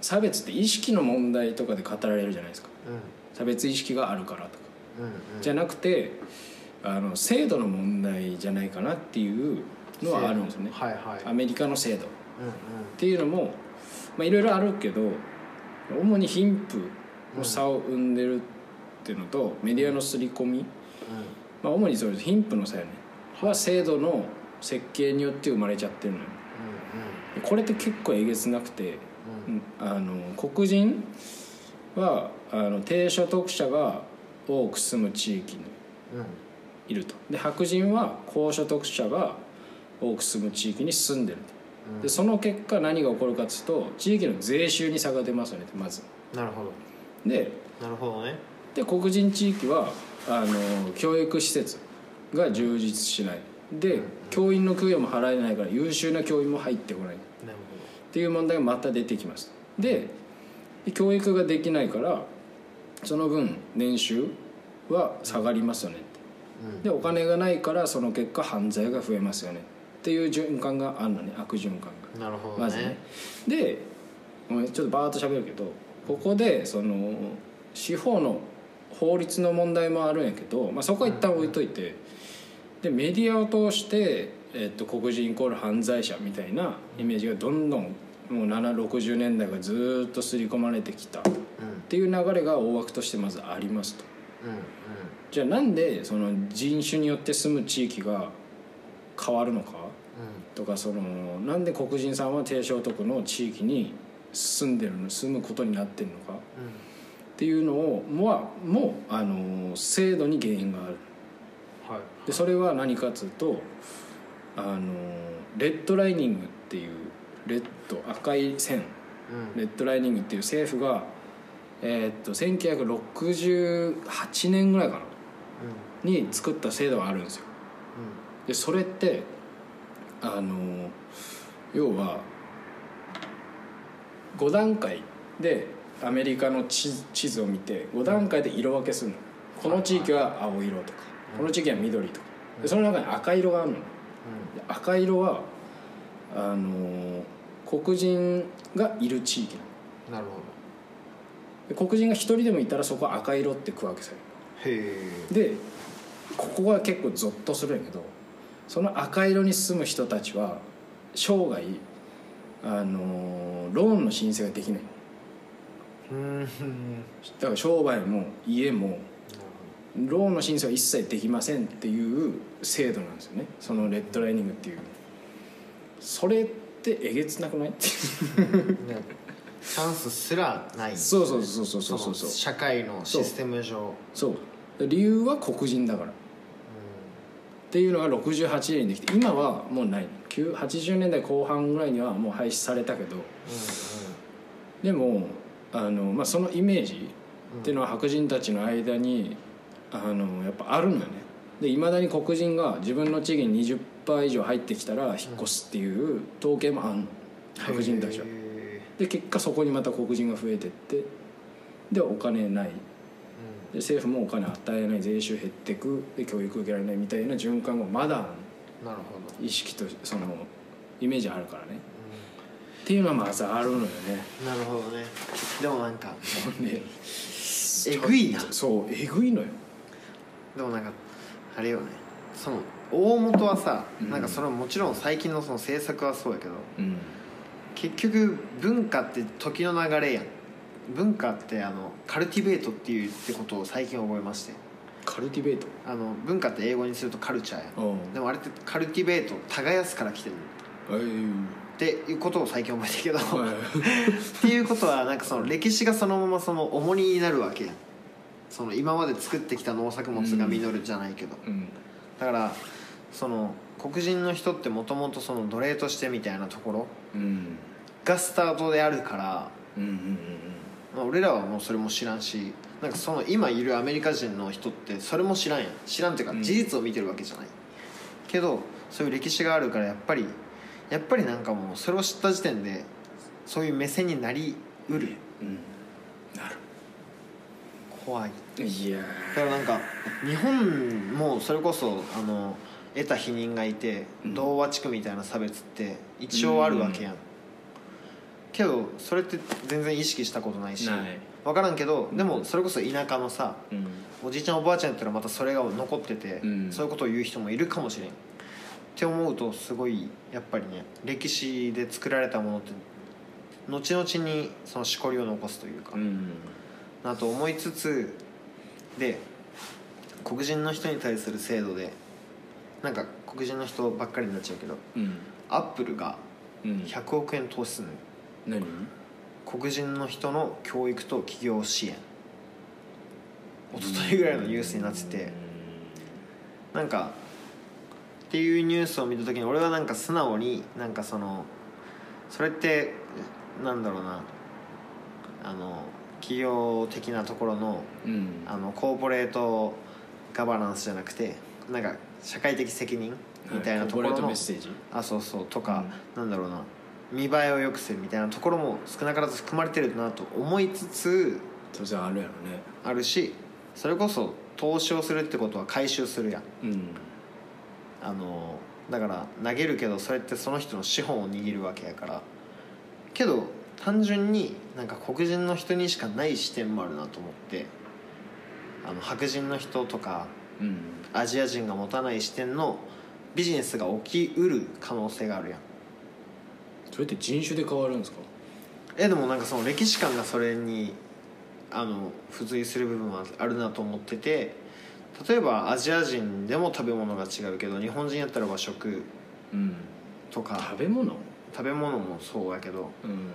Speaker 5: 差別って意識の問題とかで語られるじゃないですか差別意識があるからとか、
Speaker 4: うんうんうん
Speaker 5: じゃなくてあの制度の問題じゃないかなっていうのはあるんですよね、
Speaker 4: はいはい
Speaker 5: アメリカの制度っ
Speaker 4: うんうん
Speaker 5: ていうのもまあいろいろあるけど主に貧富の差を生んでるっていうのと、メディアの刷り込み、まあ、主にそうです貧富の差よねは制度の設計によって生まれちゃってるのよ
Speaker 4: う
Speaker 5: これって結構えげつなくて、
Speaker 4: う
Speaker 5: あの黒人はあの低所得者が多く住む地域に
Speaker 4: んうんうんうん
Speaker 5: いるとで白人は高所得者が多く住む地域に住んでると、
Speaker 4: うん
Speaker 5: でその結果何が起こるかっつうと地域の税収に差が出ますよねまず
Speaker 4: なるほど
Speaker 5: で
Speaker 4: なるほどね
Speaker 5: で黒人地域はあの教育施設が充実しないで教員の給与も払えないから優秀な教員も入ってこないっ
Speaker 4: なる
Speaker 5: ていう問題がまた出てきますで教育ができないからその分年収は下がりますよね
Speaker 4: うん
Speaker 5: でお金がないからその結果犯罪が増えますよねっていう循環があるのね悪循環が
Speaker 4: ほどなるほど
Speaker 5: まずね
Speaker 4: ね
Speaker 5: でごめんちょっとバーッと喋るけどここでその司法の法律の問題もあるんやけど、まあ、そこは一旦置いといて、でメディアを通して、えっと、黒人イコール犯罪者みたいなイメージがどんどんもう7 60年代がずーっと刷り込まれてきたっ
Speaker 4: うん
Speaker 5: ていう流れが大枠としてまずありますと。
Speaker 4: うん
Speaker 5: じゃあなんでその人種によって住む地域が変わるのかとかそのなんで黒人さんは低所得の地域に住んでるの住むことになってるのか
Speaker 4: うん
Speaker 5: っていうのをもうもうあの制度に原因がある
Speaker 4: うんはい
Speaker 5: でそれは何かっつうとあのレッドライニングっていうレッド赤い線
Speaker 4: うん
Speaker 5: レッドライニングっていう政府がえーっと1968年ぐらいかなに作った制度があるんですよでそれってあの要は5段階でアメリカの地地図を見て5段階で色分けするのこの地域は青色とかこの地域は緑とかでその中に赤色があるので赤色はあの黒人がいる地域なの
Speaker 4: なるほど
Speaker 5: で黒人が一人でもいたらそこは赤色って区分けされる
Speaker 4: へ
Speaker 5: でここは結構ゾッとするんやけどその赤色に住む人たちは生涯あのーローンの申請ができない
Speaker 4: えうん
Speaker 5: だから商売も家もローンの申請は一切できませんっていう制度なんですよねそのレッドライニングっていうそれってえげつなくない
Speaker 4: ねチャンスすらない
Speaker 5: そうそうそうそうそうそう
Speaker 4: その
Speaker 5: そう
Speaker 4: 社会のシステム上
Speaker 5: そう理由は黒人だからっていうのが68年にできて今はもうない9 80年代後半ぐらいにはもう廃止されたけどでもあの、まあ、そのイメージっていうのは白人たちの間にあのやっぱあるのよねでいまだに黒人が自分の地域に20%以上入ってきたら引っ越すっていう統計もあるの白人たちは
Speaker 4: へ。え
Speaker 5: で結果そこにまた黒人が増えてってでお金ないで政府もお金与えない税収減ってくで教育受けられないみたいな循環がまだ
Speaker 4: なるほど
Speaker 5: 意識とそのイメージあるからね、っていうのはまずあるのよね
Speaker 4: なるほどねでもなんか
Speaker 5: で
Speaker 4: えぐいな
Speaker 5: そうえぐいのよ
Speaker 4: でもなんかあれよねその大元はさ、なんかそれはもちろん最近のその制作はそうやけど
Speaker 5: うん
Speaker 4: 結局文化って時の流れやん文化ってあのカルティベートっていうってことを最近覚えまして
Speaker 5: カルティベート
Speaker 4: あの文化って英語にするとカルチャーやん
Speaker 5: うん
Speaker 4: でもあれってカルティベート耕すから来てる
Speaker 5: えい
Speaker 4: っていうことを最近覚えたけど
Speaker 5: はい
Speaker 4: っていうことはなんかその歴史がそのままその重荷になるわけやんその今まで作ってきた農作物が実るじゃないけど、
Speaker 5: うん
Speaker 4: だからその黒人の人ってもともとその奴隷としてみたいなところ
Speaker 5: うん
Speaker 4: がスタートであるから、
Speaker 5: うんうん
Speaker 4: まあ、俺らはもうそれも知らんしなんかその今いるアメリカ人の人ってそれも知らんやん知らんっていうか
Speaker 5: うん
Speaker 4: 事実を見てるわけじゃない、けどそういう歴史があるからやっぱりやっぱりなんかもうそれを知った時点でそういう目線になりうる
Speaker 5: うんうんなる
Speaker 4: 怖い
Speaker 5: いや
Speaker 4: だからなんか日本もそれこそあの得た否認がいて
Speaker 5: うん
Speaker 4: 童話地区みたいな差別って一応あるわけやん、けどそれって全然意識したことないし
Speaker 5: ない
Speaker 4: 分からんけどでもそれこそ田舎のさ
Speaker 5: ーうん
Speaker 4: おじいちゃんおばあちゃんやったらまたそれが残ってて、
Speaker 5: うん
Speaker 4: そういうことを言う人もいるかもしれんって思うとすごいやっぱりね歴史で作られたものって後々にそのしこりを残すというか、
Speaker 5: うん
Speaker 4: なと思いつつで黒人の人に対する制度でなんか黒人の人ばっかりになっちゃうけど
Speaker 5: うん
Speaker 4: アップルが
Speaker 5: うん
Speaker 4: 100億円投資するのよ
Speaker 5: 何
Speaker 4: 黒人の人の教育と起業支援一昨日ぐらいのニュースになっててなんかっていうニュースを見た時に俺はなんか素直になんかそのそれってなんだろうなあの企業的なところの
Speaker 5: うん
Speaker 4: あのコーポレートガバナンスじゃなくてなんか社会的責任みたいなところ
Speaker 5: はいコーポレート
Speaker 4: の、
Speaker 5: メッセージ
Speaker 4: あそうそうとか、なんだろうな見栄えを良くするみたいなところも少なからず含まれてるなと思いつつ
Speaker 5: 当然あるやろね
Speaker 4: あるしそれこそ投資をするってことは回収するやん
Speaker 5: うん
Speaker 4: あのだから投げるけどそれってその人の資本を握るわけやからけど単純になんか黒人の人にしかない視点もあるなと思ってあの白人の人とか
Speaker 5: うん
Speaker 4: アジア人が持たない視点のビジネスが起きうる可能性があるやん
Speaker 5: それって人種で変わるんですか
Speaker 4: えでもなんかその歴史観がそれにあの付随する部分はあるなと思ってて例えばアジア人でも食べ物が違うけど日本人やったら和食
Speaker 5: うん
Speaker 4: とか
Speaker 5: 食べ物
Speaker 4: 食べ物もそうやけど
Speaker 5: うん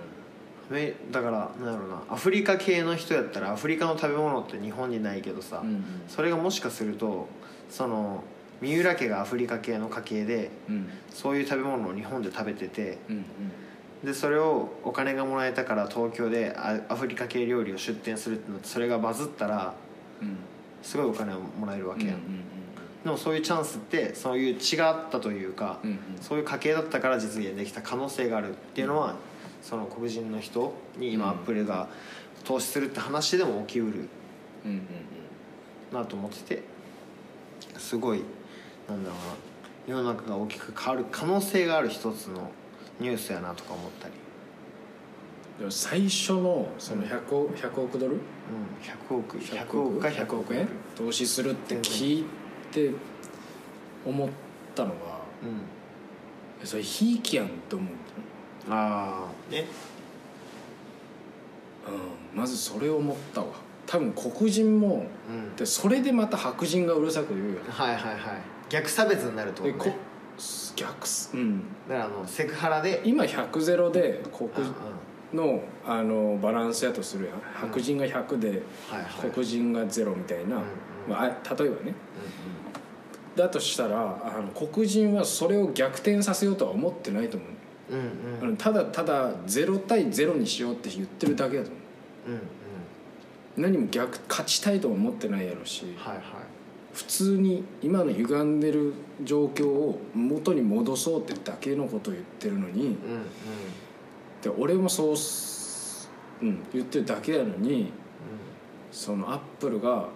Speaker 4: めだからなんやろうなアフリカ系の人やったらアフリカの食べ物って日本にないけどさ、
Speaker 5: うん
Speaker 4: それがもしかするとその三浦家がアフリカ系の家系で
Speaker 5: うん
Speaker 4: そういう食べ物を日本で食べてて
Speaker 5: うん
Speaker 4: でそれをお金がもらえたから東京でアアフリカ系料理を出店するってなってそれがバズったら
Speaker 5: うん
Speaker 4: すごいお金をもらえるわ
Speaker 5: うん
Speaker 4: け
Speaker 5: うん
Speaker 4: やん、でもそういうチャンスってそういう血があったというか、
Speaker 5: うんうん
Speaker 4: そういう家系だったから実現できた可能性があるっていうのは、その黒人の人に今アップルが投資するって話でも起きうる
Speaker 5: うんうん
Speaker 4: なと思っててすごいなんだろうな世の中が大きく変わる可能性がある一つのニュースやなとか思ったり、
Speaker 5: でも最初のその100億 ,100 億ドル
Speaker 4: うん、100億100億か100
Speaker 5: 100
Speaker 4: 億
Speaker 5: 億
Speaker 4: 円
Speaker 5: 円投資するって聞いて思ったのは
Speaker 4: うん
Speaker 5: それひいきやんと思う
Speaker 4: ああね
Speaker 5: うんまずそれを思ったわ多分黒人も
Speaker 4: うん
Speaker 5: でそれでまた白人がうるさく言うよね
Speaker 4: はいはいはい逆差別になるって
Speaker 5: で
Speaker 4: こと
Speaker 5: こ
Speaker 4: ね
Speaker 5: 逆すうん
Speaker 4: だからあのセクハラで
Speaker 5: 今100ゼロで黒
Speaker 4: うんうん
Speaker 5: のあのバランスやとするやん白人が100で
Speaker 4: はいはい
Speaker 5: 黒人がゼロみたいな、
Speaker 4: うん
Speaker 5: まあ、あ例えばねだとしたらあの黒人はそれを逆転させようとは思ってないと思う
Speaker 4: うんうん
Speaker 5: あ
Speaker 4: うん
Speaker 5: のただただ0対0にしようって言ってるだけだと思
Speaker 4: うんうん
Speaker 5: う何も逆勝ちたいとも思ってないやろし
Speaker 4: はいはい
Speaker 5: 普通に今の歪んでる状況を元に戻そうってだけのことを言ってるのに
Speaker 4: うんうん
Speaker 5: で俺もそうす、うん、言ってるだけなのにそのアップルが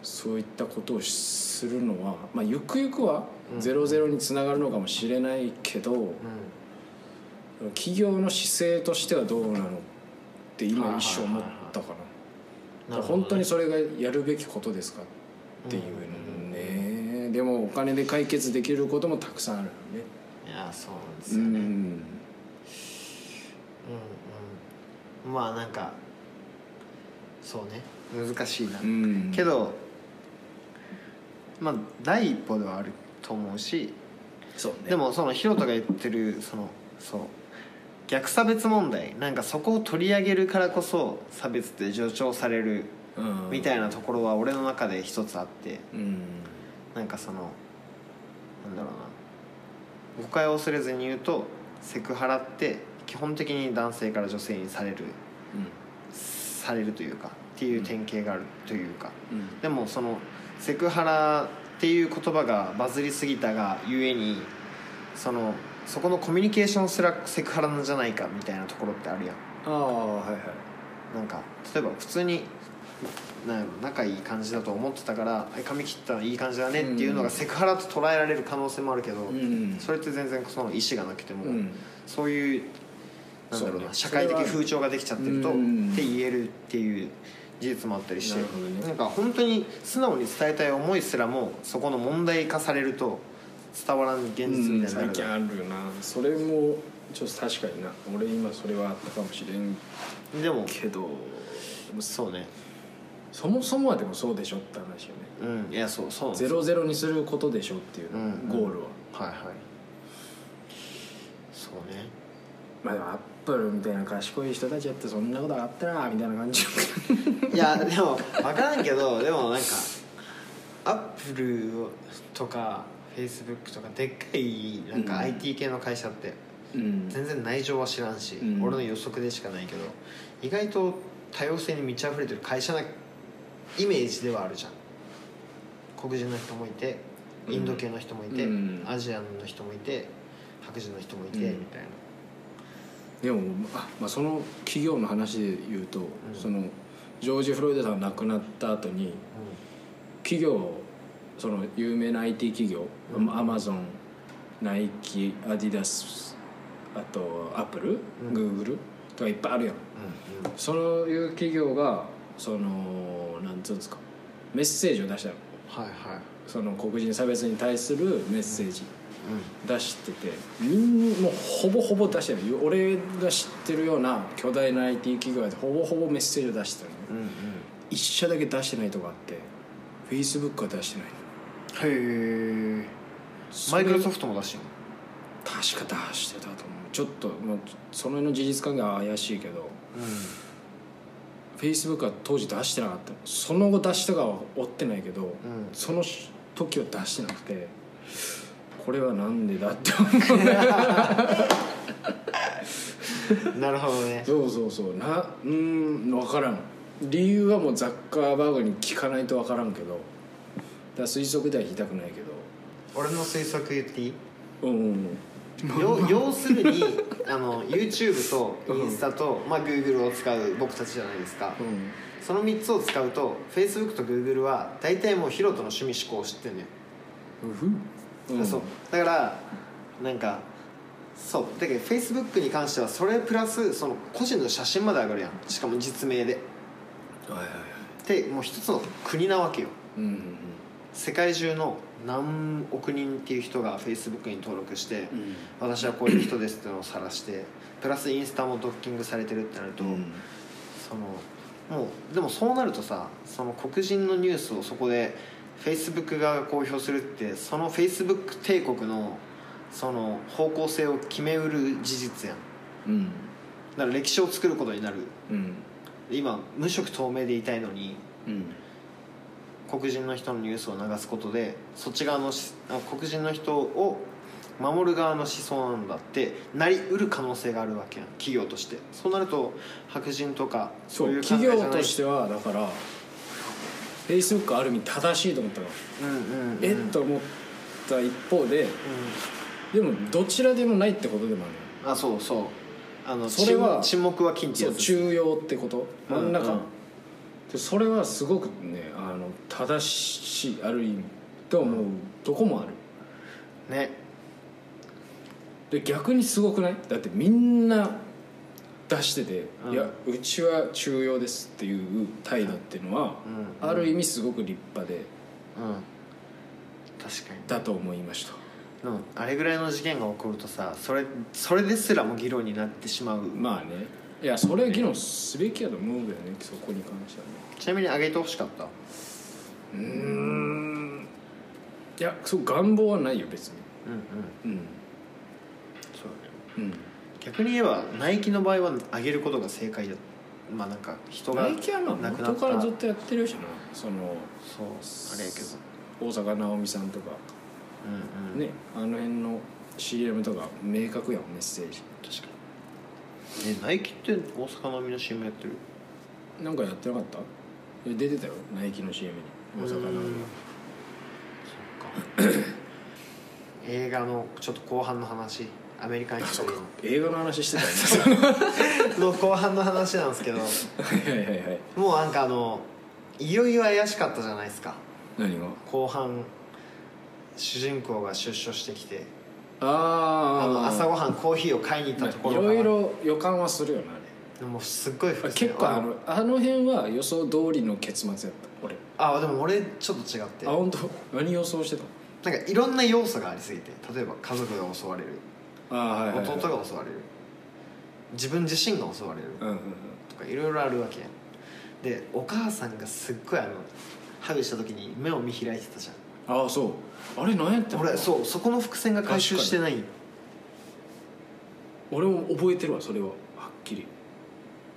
Speaker 5: そういったことをするのは、まあ、ゆくゆくは
Speaker 4: うん
Speaker 5: 00につながるのかもしれないけど、
Speaker 4: うん
Speaker 5: 企業の姿勢としてはどうなのって今一生思ったか
Speaker 4: な
Speaker 5: な
Speaker 4: るほどね
Speaker 5: 本当にそれがやるべきことですかっていうね、でもお金で解決できることもたくさんあるよ
Speaker 4: い
Speaker 5: ね
Speaker 4: やそうなんです
Speaker 5: う
Speaker 4: よね、
Speaker 5: ん
Speaker 4: うんうんまあなんかそうね難しいな、
Speaker 5: うん
Speaker 4: けどまあ第一歩ではあると思うし、
Speaker 5: そうね
Speaker 4: でもそのヒロトが言ってるそのそう逆差別問題なんかそこを取り上げるからこそ差別って助長される
Speaker 5: うん
Speaker 4: みたいなところは俺の中で一つあって
Speaker 5: うん
Speaker 4: なんかそのなんだろうな誤解を恐れずに言うとセクハラって基本的に男性から女性にされるされるというかっていう典型があるというか、
Speaker 5: うんうん
Speaker 4: でもそのセクハラっていう言葉がバズりすぎたがゆえにそのそこのコミュニケーションすらセクハラなんじゃないかみたいなところってあるやん
Speaker 5: ああはいはい
Speaker 4: なんか例えば普通になんやろ仲いい感じだと思ってたから「え髪切ったらいい感じだね」っていうのがセクハラと捉えられる可能性もあるけど、
Speaker 5: ん
Speaker 4: それって全然その意思がなくても、
Speaker 5: うん
Speaker 4: そういうなんだろう
Speaker 5: そう
Speaker 4: な
Speaker 5: ね
Speaker 4: 社会的
Speaker 5: それは
Speaker 4: 風潮ができちゃってるとっ
Speaker 5: う
Speaker 4: て
Speaker 5: ん
Speaker 4: 言えるっていう事実もあったりして
Speaker 5: なるほどね
Speaker 4: んか本当に素直に伝えたい思いすらもそこの問題化されると伝わらん現実みたいにな
Speaker 5: 最
Speaker 4: る
Speaker 5: 近あるよなそれもちょっと確かにな俺今それはあったかもしれん
Speaker 4: でも
Speaker 5: けど
Speaker 4: そうね
Speaker 5: そもそもはでもそうでしょって話よね
Speaker 4: うんいやそうそうなんです
Speaker 5: ゼ
Speaker 4: よ
Speaker 5: ロゼロにすることでしょっていう、
Speaker 4: うん
Speaker 5: ゴールは
Speaker 4: はいはいそうね
Speaker 5: まあでもアップルみたいな賢い人たちやってそんなことあったなみたいな感じ
Speaker 4: いやでも分からんけどでもなんかアップルとかフェイスブックとかでっかいなん
Speaker 5: う
Speaker 4: か
Speaker 5: ん
Speaker 4: IT 系の会社って
Speaker 5: うん
Speaker 4: 全然内情は知らんし、
Speaker 5: うん
Speaker 4: 俺の予測でしかないけど意外と多様性に満ち溢れてる会社なイメージではあるじゃん黒人の人もいてインド系の人もいて、
Speaker 5: うん
Speaker 4: アジアの人もいて白人の人もいて、
Speaker 5: うん
Speaker 4: みたいな
Speaker 5: でもあ、まあ、その企業の話で言うと、そのジョージ・フロイドさんが亡くなった後に企業その有名な IT 企業、アマゾンナイキアディダスあとアップル、
Speaker 4: うん
Speaker 5: グーグルとかいっぱいあるやん
Speaker 4: うんうん
Speaker 5: そういう企業がそのなんつうんですかメッセージを出したの
Speaker 4: はいはい
Speaker 5: その黒人差別に対するメッセージ
Speaker 4: うん
Speaker 5: 出しててみんもうほぼほぼ出してる俺が知ってるような巨大な IT 企業でほぼほぼメッセージを出してるの
Speaker 4: うんうん
Speaker 5: 一社だけ出してないとこあってフェイスブックは出してないの
Speaker 4: へえマイクロソフトも出してる
Speaker 5: 確か出してたと思うちょっともうその辺の事実関係は怪しいけど
Speaker 4: う
Speaker 5: フェイスブックは当時出してなかったその後出したかは追ってないけど、
Speaker 4: ん
Speaker 5: その時は出してなくてこれはなんでだって思 う
Speaker 4: なるほどね
Speaker 5: そうそうそうなうーん分からん理由はもうザッカーバーグに聞かないと分からんけどだから推測では言いたくないけ
Speaker 4: 俺の推測言っていい
Speaker 5: どうんうんうん
Speaker 4: 要要する にあの YouTube とインスタと、まあ、Google を使う僕たちじゃないですか、
Speaker 5: うん
Speaker 4: その3つを使うと Facebook と Google は大体もうヒロトの趣味思考を知ってるのよ、
Speaker 5: うん
Speaker 4: そうだからなんかそうだけど Facebook に関してはそれプラスその個人の写真まで上がるやんしかも実名で
Speaker 5: はいはいはい
Speaker 4: でもう一つの国なわけよ
Speaker 5: うんうんうん
Speaker 4: 世界中の何億人っていう人が Facebook に登録して、
Speaker 5: ん
Speaker 4: 私はこういう人ですっていうのを晒してプラスインスタもドッキングされてるってなると、
Speaker 5: うん
Speaker 4: そのもうでもそうなるとさその黒人のニュースをそこでフェイスブック側が公表するってそのフェイスブック帝国のその方向性を決めうる事実やん
Speaker 5: うん
Speaker 4: だから歴史を作ることになる
Speaker 5: うん
Speaker 4: 今無色透明でいたいのに
Speaker 5: うん
Speaker 4: 黒人の人のニュースを流すことでそっち側のしあ黒人の人を守る側の思想なんだってなりうる可能性があるわけやん企業としてそうなると白人とかそ
Speaker 5: そう
Speaker 4: いうう考えじ
Speaker 5: 企
Speaker 4: ゃない
Speaker 5: 業としてはだからフェイスブックある意味正しいと思ったの、
Speaker 4: うんうんうん、
Speaker 5: えっと思った一方で
Speaker 4: う
Speaker 5: でもどちらでもないってことでもあるの
Speaker 4: ん、あそうそうあの
Speaker 5: それは
Speaker 4: 沈沈黙は禁止
Speaker 5: そ
Speaker 4: や
Speaker 5: う
Speaker 4: つ
Speaker 5: 中庸ってこと真ん中、
Speaker 4: うんうん
Speaker 5: でそれはすごくねあの正しいある意味と思うとこもある
Speaker 4: ね
Speaker 5: で逆にすごくないだってみんな出してて、
Speaker 4: うん
Speaker 5: いやうちは中庸ですっていう態度っていうのは、
Speaker 4: うん
Speaker 5: ある意味すごく立派で
Speaker 4: うん確かに
Speaker 5: だと思いました
Speaker 4: うんあれぐらいの事件が起こるとさそれそれですらも議論になってしまう、
Speaker 5: まあねいやそれ議論すべきやと思うけどねそこに関してはね
Speaker 4: ちなみに上げてほしかった
Speaker 5: うーんいやそう願望はないよ別に
Speaker 4: うんうん
Speaker 5: うん
Speaker 4: そうだね
Speaker 5: うん
Speaker 4: 逆に言えばナイキの場合は上げることが正解だまあなんか人が
Speaker 5: ナイキはまあ
Speaker 4: 亡くな
Speaker 5: 元
Speaker 4: っ
Speaker 5: から
Speaker 4: た
Speaker 5: ずっとやってるしなその
Speaker 4: そうあれやけど
Speaker 5: 大坂なおみさんとか
Speaker 4: うんうん
Speaker 5: ねあの辺の CM とか明確やんメッセージ
Speaker 4: 確かにねナイキって大阪のみの CM やってる
Speaker 5: なんかやってなかったえ出てたよナイキの CM に大坂なおみが
Speaker 4: そっか映画のちょっと後半の話アメリカンヒストリ
Speaker 5: 映画の 話してたよね
Speaker 4: ーのの後半の話なんですけど
Speaker 5: はいはいはいはい
Speaker 4: もうなんかあのいよいよ怪しかったじゃないですか
Speaker 5: 何が
Speaker 4: 後半主人公が出所してきてあ
Speaker 5: あ
Speaker 4: の
Speaker 5: あ
Speaker 4: 朝ごはんコーヒーを買いに行ったとこ
Speaker 5: い
Speaker 4: ろから
Speaker 5: ろいろ予感はするよなあれ
Speaker 4: でもすっごい伏線
Speaker 5: 結構あのあの辺は予想通りの結末やった俺
Speaker 4: あでも俺ちょっと違って
Speaker 5: あ本当何予想してたの
Speaker 4: なんかいろんな要素がありすぎて例えば家族が襲われる
Speaker 5: ああはいはい、はい、
Speaker 4: 弟が襲われる自分自身が襲われる
Speaker 5: うんうんうん
Speaker 4: とかいろいろあるわけやんでお母さんがすっごいあのハグした時に目を見開いてたじゃ
Speaker 5: ああそうあれ何やった
Speaker 4: ん
Speaker 5: の
Speaker 4: 俺そうそこの伏線が回収してない
Speaker 5: 俺も覚えてるわそれははっきり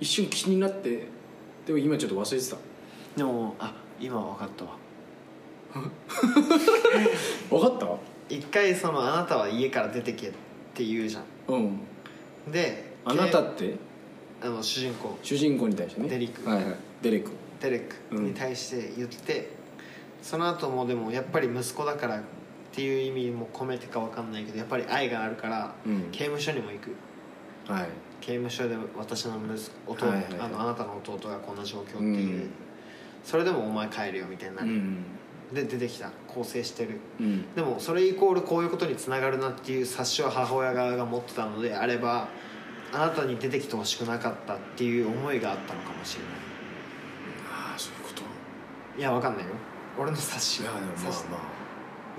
Speaker 5: 一瞬気になってでも今ちょっと忘れてた
Speaker 4: でもあ今は分かったわ
Speaker 5: 分かっ
Speaker 4: 一回その「あなたは家から出てけ」って言うじゃ
Speaker 5: たうん
Speaker 4: んで
Speaker 5: あなた
Speaker 4: け
Speaker 5: って
Speaker 4: あの主人公
Speaker 5: 主人公に対してね
Speaker 4: デリック
Speaker 5: はいはいデリック
Speaker 4: デレックに対して言って、その後もでもやっぱり息子だからっていう意味も込めてか分かんないけどやっぱり愛があるから、
Speaker 5: うん
Speaker 4: 刑務所にも行く
Speaker 5: はい
Speaker 4: 刑務所で私の息子弟、
Speaker 5: はいはいはい
Speaker 4: あのあなたの弟がこんな状況っていう、
Speaker 5: うん
Speaker 4: それでもお前帰るよみたいにな
Speaker 5: う
Speaker 4: る、
Speaker 5: ん
Speaker 4: で出てきた更生してる
Speaker 5: うん
Speaker 4: でもそれイコールこういうことにつながるなっていう冊子を母親側が持ってたのであればあなたに出てきてほしくなかったっていう思いがあったのかもしれない
Speaker 5: ああそういうこと
Speaker 4: いや分かんないよ俺の冊子
Speaker 5: いやでもまあ
Speaker 4: 冊子
Speaker 5: ま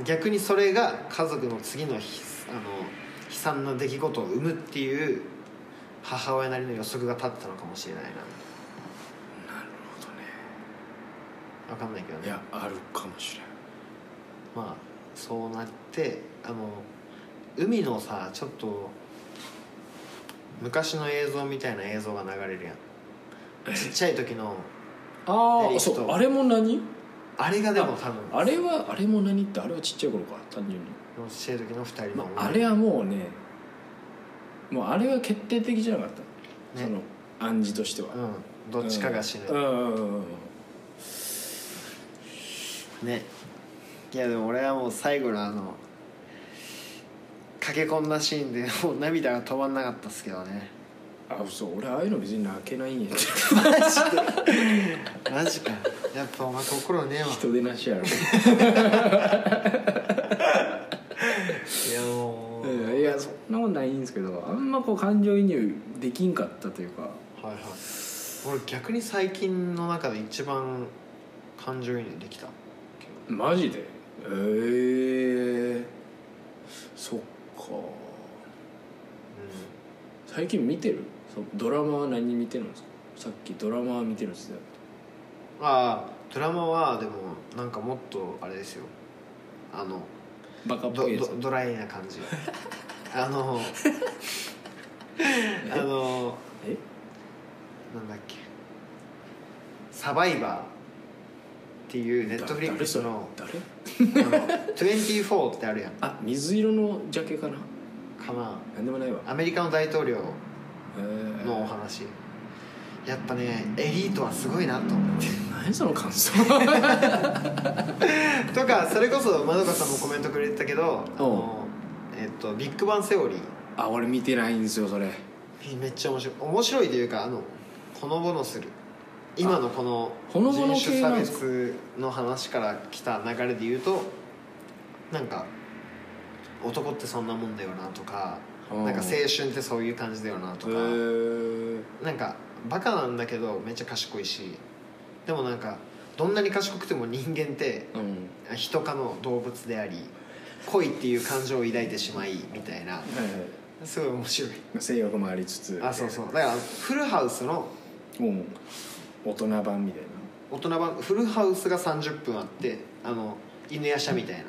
Speaker 4: 逆にそれが家族の次のひあの悲惨な出来事を生むっていう母親なりの予測が立ってたのかもしれないな
Speaker 5: あなるほどね
Speaker 4: 分かんないけど
Speaker 5: い
Speaker 4: ね
Speaker 5: やあるかもしれん
Speaker 4: まあそうなってあの海のさちょっと昔の映像みたいな映像が流れるやんちっちゃい時の
Speaker 5: あ
Speaker 4: デリッ
Speaker 5: あ
Speaker 4: クと
Speaker 5: そうあれも何
Speaker 4: あれがでも多分
Speaker 5: あれはあれも何ってあれはちっちゃい頃か単純に、
Speaker 4: ちっちゃい時の二人の
Speaker 5: まあ、あれはもうねもうあれは決定的じゃなかった、
Speaker 4: ね
Speaker 5: その暗示としては、
Speaker 4: うんどっちかが死ぬ、
Speaker 5: うんうんうんうん
Speaker 4: ねいやでも俺はもう最後のあの駆け込んだシーンでもう涙が止まんなかったっすけどね
Speaker 5: あそう俺ああいうの別に泣けないんやって
Speaker 4: マジ かやっぱお前心ねえわ
Speaker 5: 人でな しやろ
Speaker 4: いやもう、
Speaker 5: うんいやそんなことないんですけどあんまこう感情移入できんかったというか
Speaker 4: はいはい俺逆に最近の中で一番感情移入できた
Speaker 5: マジでええー、そっか最近見てるそドラマは何見てるんですかさっきドラマは見てるんですよ
Speaker 4: ああドラマはでもなんかもっとあれですよあの
Speaker 5: バカっぽ
Speaker 4: ど
Speaker 5: いやつ
Speaker 4: どドライな感じあ のあの
Speaker 5: え
Speaker 4: なんだっけ「サバイバー」っていうネットフリックスの
Speaker 5: 誰
Speaker 4: 「あの24」ってあるやん
Speaker 5: あ水色のジャケかな
Speaker 4: かな
Speaker 5: なんでもないわ
Speaker 4: アメリカの大統領
Speaker 5: えー
Speaker 4: のお話やっぱねエリートはすごいなと思って
Speaker 5: 何その 感想
Speaker 4: とかそれこそまどかさんもコメントくれてたけどあの、えっと、ビッグバンセオリー
Speaker 5: あ俺見てないんですよそれ
Speaker 4: めっちゃ面白い面白いというかあのほのぼのする今のこの
Speaker 5: ほのぼの
Speaker 4: 人種
Speaker 5: 系
Speaker 4: 差
Speaker 5: なんですか
Speaker 4: 別の話から来た流れで言うとなんか男ってそんなもんだよなとか
Speaker 5: うん
Speaker 4: なんか青春ってそういう感じだよなと
Speaker 5: へ
Speaker 4: か
Speaker 5: ー
Speaker 4: なんかバカなんだけどめっちゃ賢いしでもなんかどんなに賢くても人間って
Speaker 5: うん
Speaker 4: 人かの動物であり恋っていう感情を抱いてしまいみたいな
Speaker 5: はいはい
Speaker 4: すごい面白い
Speaker 5: 性欲もありつつ
Speaker 4: あそうそうだからフルハウスの
Speaker 5: もう大人版みたい
Speaker 4: 大人版フルハウスが30分あってあの犬夜叉みたいな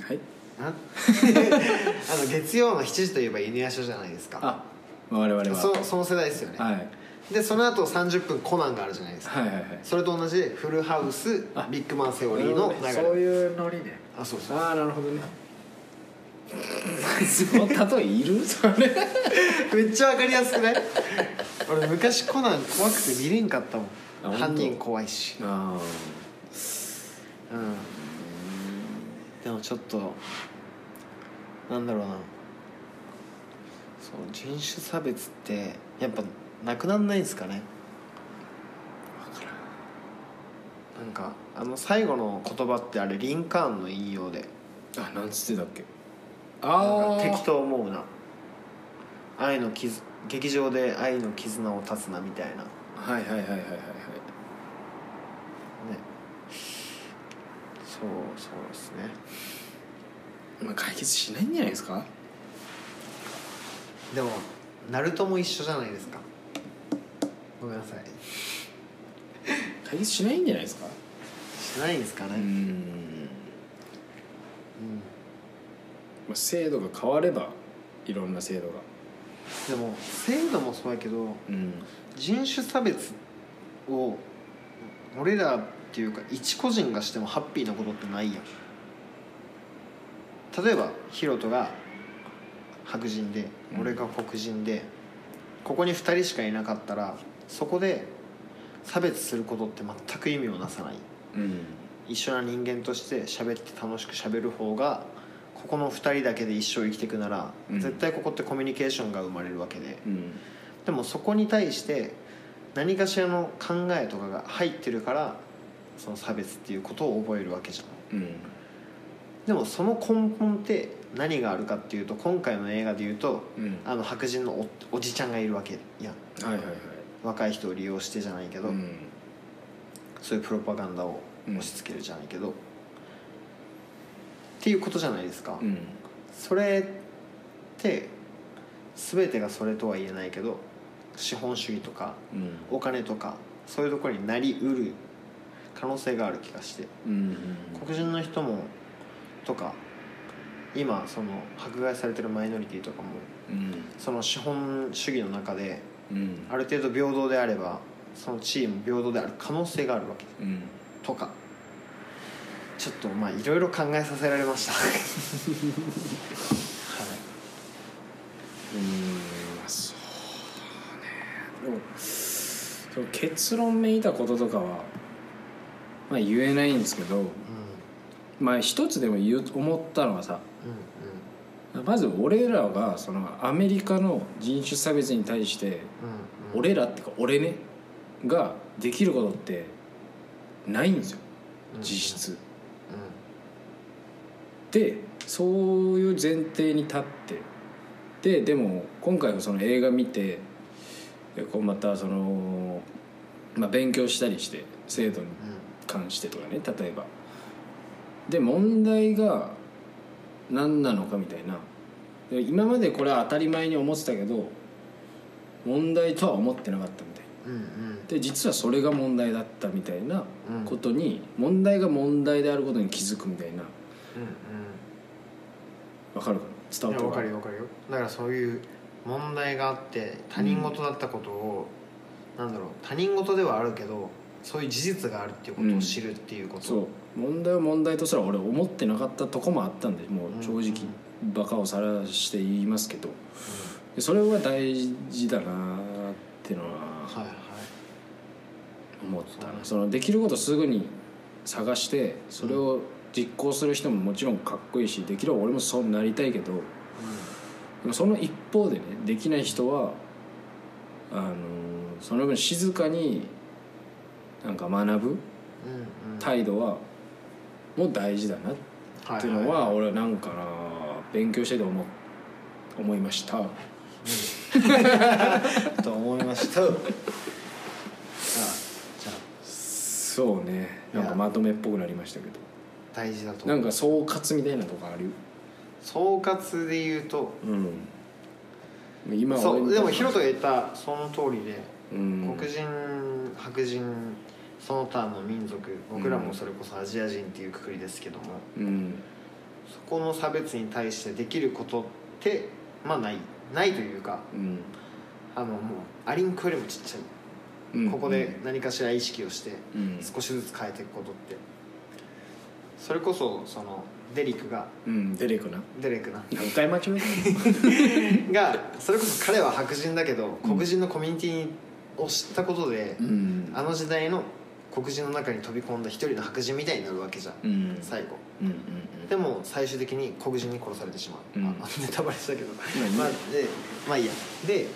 Speaker 5: なはい
Speaker 4: なあ の月曜の7時といえば犬夜叉じゃないですか
Speaker 5: あ我々は
Speaker 4: そその世代ですよね、
Speaker 5: はい、はい
Speaker 4: でその後30分コナンがあるじゃないですか
Speaker 5: はいはい
Speaker 4: それと同じでフルハウス
Speaker 5: あ
Speaker 4: ビッグマンセオリーの流れ
Speaker 5: そういうノリで
Speaker 4: あそうそう
Speaker 5: ああなるほどねその例えい るそれ
Speaker 4: めっちゃわかりやすくない 俺昔コナン怖くて見れんかったも
Speaker 5: あ
Speaker 4: ん
Speaker 5: 本当
Speaker 4: 犯人怖いし
Speaker 5: あ
Speaker 4: うんでもちょっとなんだろうなそう人種差別ってやっぱなくなんないんですかねなんかあの最後の言葉ってあれリンカーンの引用で
Speaker 5: あなんつってたっけ
Speaker 4: なん
Speaker 5: あ
Speaker 4: か
Speaker 5: あ
Speaker 4: 敵と思うな愛の絆劇場で愛の絆を断つなみたいなね
Speaker 5: はいはいはいはいはいはい
Speaker 4: そうそうですね
Speaker 5: まあ解決しないんじゃないですか
Speaker 4: でもナルトも一緒じゃないですかごめんなさい
Speaker 5: 解決しないんじゃないですか
Speaker 4: しないんですかね、
Speaker 5: うーんまあ制度が変わればいろんな制度が
Speaker 4: でも制度もそうやけど
Speaker 5: うん
Speaker 4: 人種差別を俺らっていうか一個人がしてもハッピーなことってないやん例えばヒロトが白人で
Speaker 5: うん
Speaker 4: 俺が黒人で、ここに2人しかいなかったらそこで差別することって全く意味をなさない
Speaker 5: うん
Speaker 4: 一緒な人間として喋って楽しく喋る方がここの2人だけで一生生きていくなら、
Speaker 5: うん
Speaker 4: 絶対ここってコミュニケーションが生まれるわけで、
Speaker 5: うん
Speaker 4: でもそこに対して何かしらの考えとかが入ってるからその差別っていうことを覚えるわけじゃん
Speaker 5: うん
Speaker 4: でもその根本って何があるかっていうと今回の映画でいうと
Speaker 5: うん
Speaker 4: あの白人のおおじちゃんがいるわけやん
Speaker 5: はいはいはい
Speaker 4: 若い人を利用してじゃないけど、
Speaker 5: うん
Speaker 4: そういうプロパガンダを押し付けるじゃないけど、っていうことじゃないですか、
Speaker 5: うん
Speaker 4: それって全てがそれとは言えないけど資本主義とか
Speaker 5: うん
Speaker 4: お金とかそういうところになりうる可能性がある気がして
Speaker 5: うん
Speaker 4: 黒人の人もとか今その迫害されてるマイノリティとかも
Speaker 5: うん
Speaker 4: その資本主義の中で
Speaker 5: うん
Speaker 4: ある程度平等であればそのチーム平等である可能性があるわけ
Speaker 5: うん
Speaker 4: とかちょっとまあいろいろ考えさせられましたはい
Speaker 5: うんその結論めいたこととかは、まあ、言えないんですけど、まあ一つでも言う思ったのはさまず俺らがそのアメリカの人種差別に対して俺らってか俺ねができることってないんですよ実質。でそういう前提に立ってででも今回もその映画見てでこうまたその、まあ、勉強したりして制度に関してとかね例えば。で問題が何なのかみたいなで今までこれは当たり前に思ってたけど問題とは思ってなかったみたいなで実はそれが問題だったみたいなことに、問題が問題であることに気づくみたいなわかるかな伝わって
Speaker 4: 分かるよ分かるよだからそういう問題があって他人事だったことを、なんだろう他人事ではあるけどそういう事実があるっていうことを知るっていうこと、
Speaker 5: そう問題は問題とすら俺思ってなかったとこもあったんでもう正直バカをさらして言いますけど、でそれは大事だなってのは
Speaker 4: はいはい
Speaker 5: 思ったなそのできることすぐに探してそれを実行する人ももちろんかっこいいしできれば俺もそうなりたいけど、でもその一方でねできない人はあのその分静かになんか学ぶ
Speaker 4: うんうん
Speaker 5: 態度はもう大事だなっていうのは俺はなんかな勉強してて思う思いましたは
Speaker 4: と思いました さあじゃあ
Speaker 5: そうねなん
Speaker 4: い
Speaker 5: か
Speaker 4: や
Speaker 5: まとめっぽくなりましたけど
Speaker 4: 大事だと思
Speaker 5: な
Speaker 4: うん
Speaker 5: か総括みたいなとこある
Speaker 4: 総括で言うと
Speaker 5: うん今は
Speaker 4: そうでもヒロトが
Speaker 5: い
Speaker 4: 言ったその通りで、
Speaker 5: うん
Speaker 4: 黒人白人その他の民族僕らもそれこそアジア人っていうくくりですけども、
Speaker 5: うん
Speaker 4: そこの差別に対してできることってまあないないというか
Speaker 5: うん
Speaker 4: あのもうアリンコよりもちっちゃい、
Speaker 5: うん
Speaker 4: ここで何かしら意識をして
Speaker 5: うん
Speaker 4: 少しずつ変えていくことってそれこそそのデリックが
Speaker 5: うんデレクな
Speaker 4: デレックな
Speaker 5: 何回間違え
Speaker 4: がそれこそ彼は白人だけど黒人のコミュニティを知ったことで、
Speaker 5: たうん
Speaker 4: あの時代の黒人の中に飛び込んだ一人の白人みたいになるわけじゃん、
Speaker 5: うん
Speaker 4: 最後
Speaker 5: うんうん
Speaker 4: でも最終的に黒人に殺されてしまう、
Speaker 5: うん
Speaker 4: あネタバレしたけど
Speaker 5: いいよ
Speaker 4: まあでまあいいやで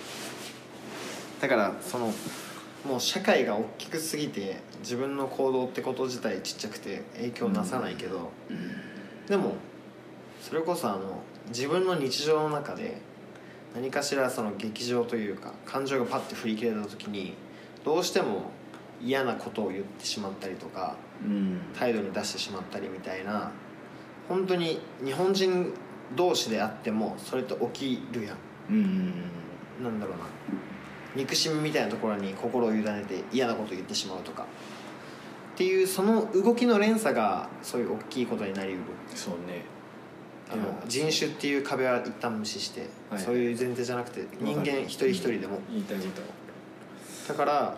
Speaker 4: だからそのもう社会が大きくすぎて自分の行動ってこと自体ちっちゃくて影響なさないけど、でもそれこそあの自分の日常の中で何かしらその劇場というか感情がパッて振り切れた時にどうしても嫌なことを言ってしまったりとか
Speaker 5: うん
Speaker 4: 態度に出してしまったりみたいな本当に日本人同士であってもそれって起きるやん
Speaker 5: うんうん
Speaker 4: なんだろうな憎しみみたいなところに心を委ねて嫌なことを言ってしまうとかっていうその動きの連鎖がそういう大きいことになりうる
Speaker 5: そうね
Speaker 4: あの人種っていう壁は一旦無視して、
Speaker 5: はい
Speaker 4: そういう前提じゃなくて人間一人一人でも、
Speaker 5: 言いたいこと
Speaker 4: だから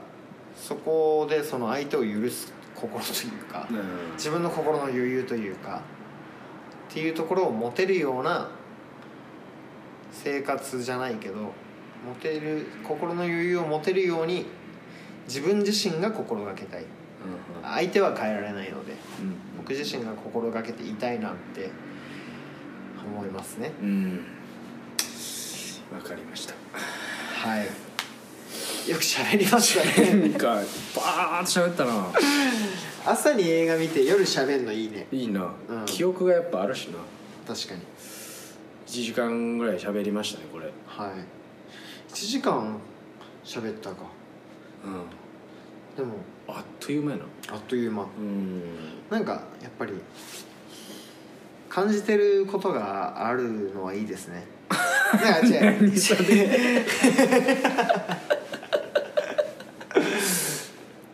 Speaker 4: そこでその相手を許す心というか、
Speaker 5: うん
Speaker 4: 自分の心の余裕というかっていうところを持てるような生活じゃないけど持てる心の余裕を持てるように自分自身が心がけたい相手は変えられないので僕自身が心がけていたいなって思いますね
Speaker 5: うんうんわかりま した
Speaker 4: はいよく喋りました ね
Speaker 5: なんかバーッと喋ったな
Speaker 4: 朝に映画見て夜喋るのいいね
Speaker 5: いいな
Speaker 4: うん
Speaker 5: 記憶がやっぱあるしな
Speaker 4: 確かに
Speaker 5: 1時間ぐらい喋りましたねこれうん
Speaker 4: はい1時間喋ったかでも
Speaker 5: あっという間やな
Speaker 4: あっという間
Speaker 5: うん
Speaker 4: なんかやっぱり感じてることがあるのはいいですねなんか違う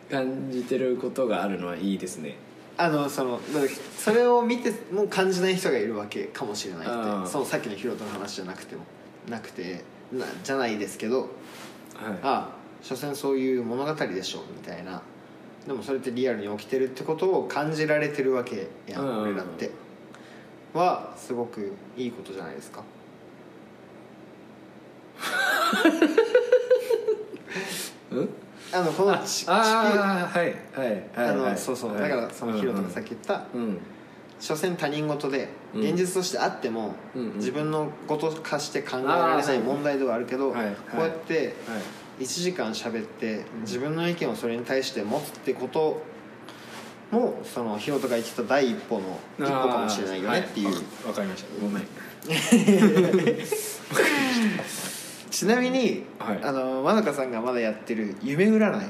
Speaker 5: 感じてることがあるのはいいですね
Speaker 4: あのそのなんだっけそれを見ても感じない人がいるわけかもしれない
Speaker 5: あ
Speaker 4: っ
Speaker 5: ー
Speaker 4: てそのさっきのヒロトの話じゃなくてもなくてなじゃないですけどあ
Speaker 5: は
Speaker 4: あ所詮そういう物語でしょみたいなでもそれってリアルに起きてるってことを感じられてるわけや
Speaker 5: うんうんうん
Speaker 4: ん俺らってはすごくいいことじゃないです か
Speaker 5: いん
Speaker 4: あのこのち地球あ
Speaker 5: ああはいはいはいはい
Speaker 4: のそうそうだからそのヒロトがさっき言った
Speaker 5: うん
Speaker 4: 所詮他人事で
Speaker 5: うん
Speaker 4: 現実としてあっても
Speaker 5: うんうん
Speaker 4: 自分のこと化して考えら
Speaker 5: あー
Speaker 4: れ
Speaker 5: そ
Speaker 4: な
Speaker 5: う
Speaker 4: い問題ではあるけどこ
Speaker 5: はいはいう
Speaker 4: やって
Speaker 5: はい
Speaker 4: 1時間喋って自分の意見をそれに対して持つってこともそのヒロトが言ってた第一歩の一歩かもしれないよねっていう、
Speaker 5: あーはわかりましたごめん
Speaker 4: ちなみに、
Speaker 5: はい
Speaker 4: あのまなかさんがまだやってる夢占い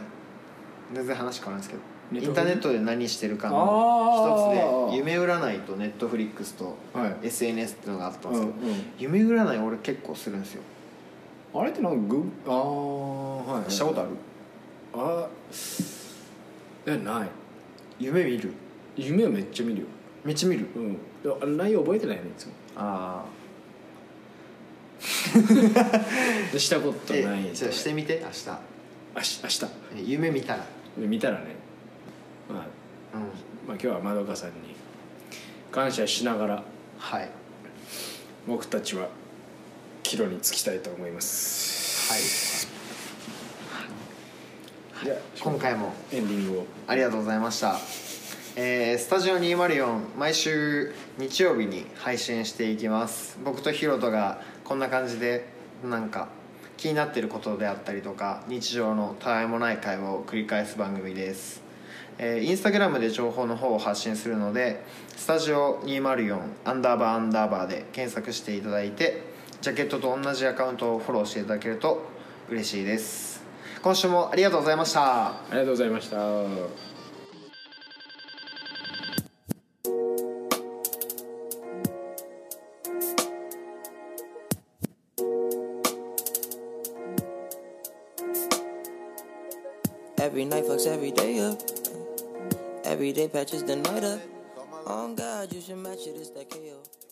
Speaker 4: 全然話変わるんですけ
Speaker 5: ネ
Speaker 4: どイ
Speaker 5: ットフリ
Speaker 4: ンターネットで何してるか
Speaker 5: あ
Speaker 4: の一
Speaker 5: ー
Speaker 4: つで夢占いとネットフリックスと
Speaker 5: はい
Speaker 4: SNS っていうのがあったん
Speaker 5: う
Speaker 4: です
Speaker 5: ん
Speaker 4: け
Speaker 5: う
Speaker 4: ど、
Speaker 5: ん
Speaker 4: 夢占い俺結構するんですよ
Speaker 5: あれってなんかグッああはい
Speaker 4: したことある
Speaker 5: あえない
Speaker 4: 夢見る
Speaker 5: 夢をめっちゃ見るよ
Speaker 4: めっちゃ見る
Speaker 5: うんでもあれ内容覚えてないよねいつも
Speaker 4: ああ
Speaker 5: でしたこと
Speaker 4: え
Speaker 5: ない
Speaker 4: じゃあしてみて明日
Speaker 5: あし明日
Speaker 4: え夢見たら
Speaker 5: で見たらね、まあ、
Speaker 4: うん
Speaker 5: まあ今日はまどかさんに感謝しながら
Speaker 4: はいはい
Speaker 5: 僕たちは帰路に着きたいと思いますじゃあ
Speaker 4: 今回も
Speaker 5: エンディングを
Speaker 4: ありがとうございました、えースタジオ204毎週日曜日に配信していきます僕とヒロトがこんな感じでなんか気になってることであったりとか日常のたわいもない会話を繰り返す番組ですえーインスタグラムで情報の方を発信するのでスタジオ204アンダーバーアンダーバーで検索していただいてジャケットと同じアカウントをフォローしていただけると嬉しいです今週もありがとうございました
Speaker 5: ありがとうございました
Speaker 1: Every night fucks every day up. Every day patches the night up. On God, you should match it, it's that KO.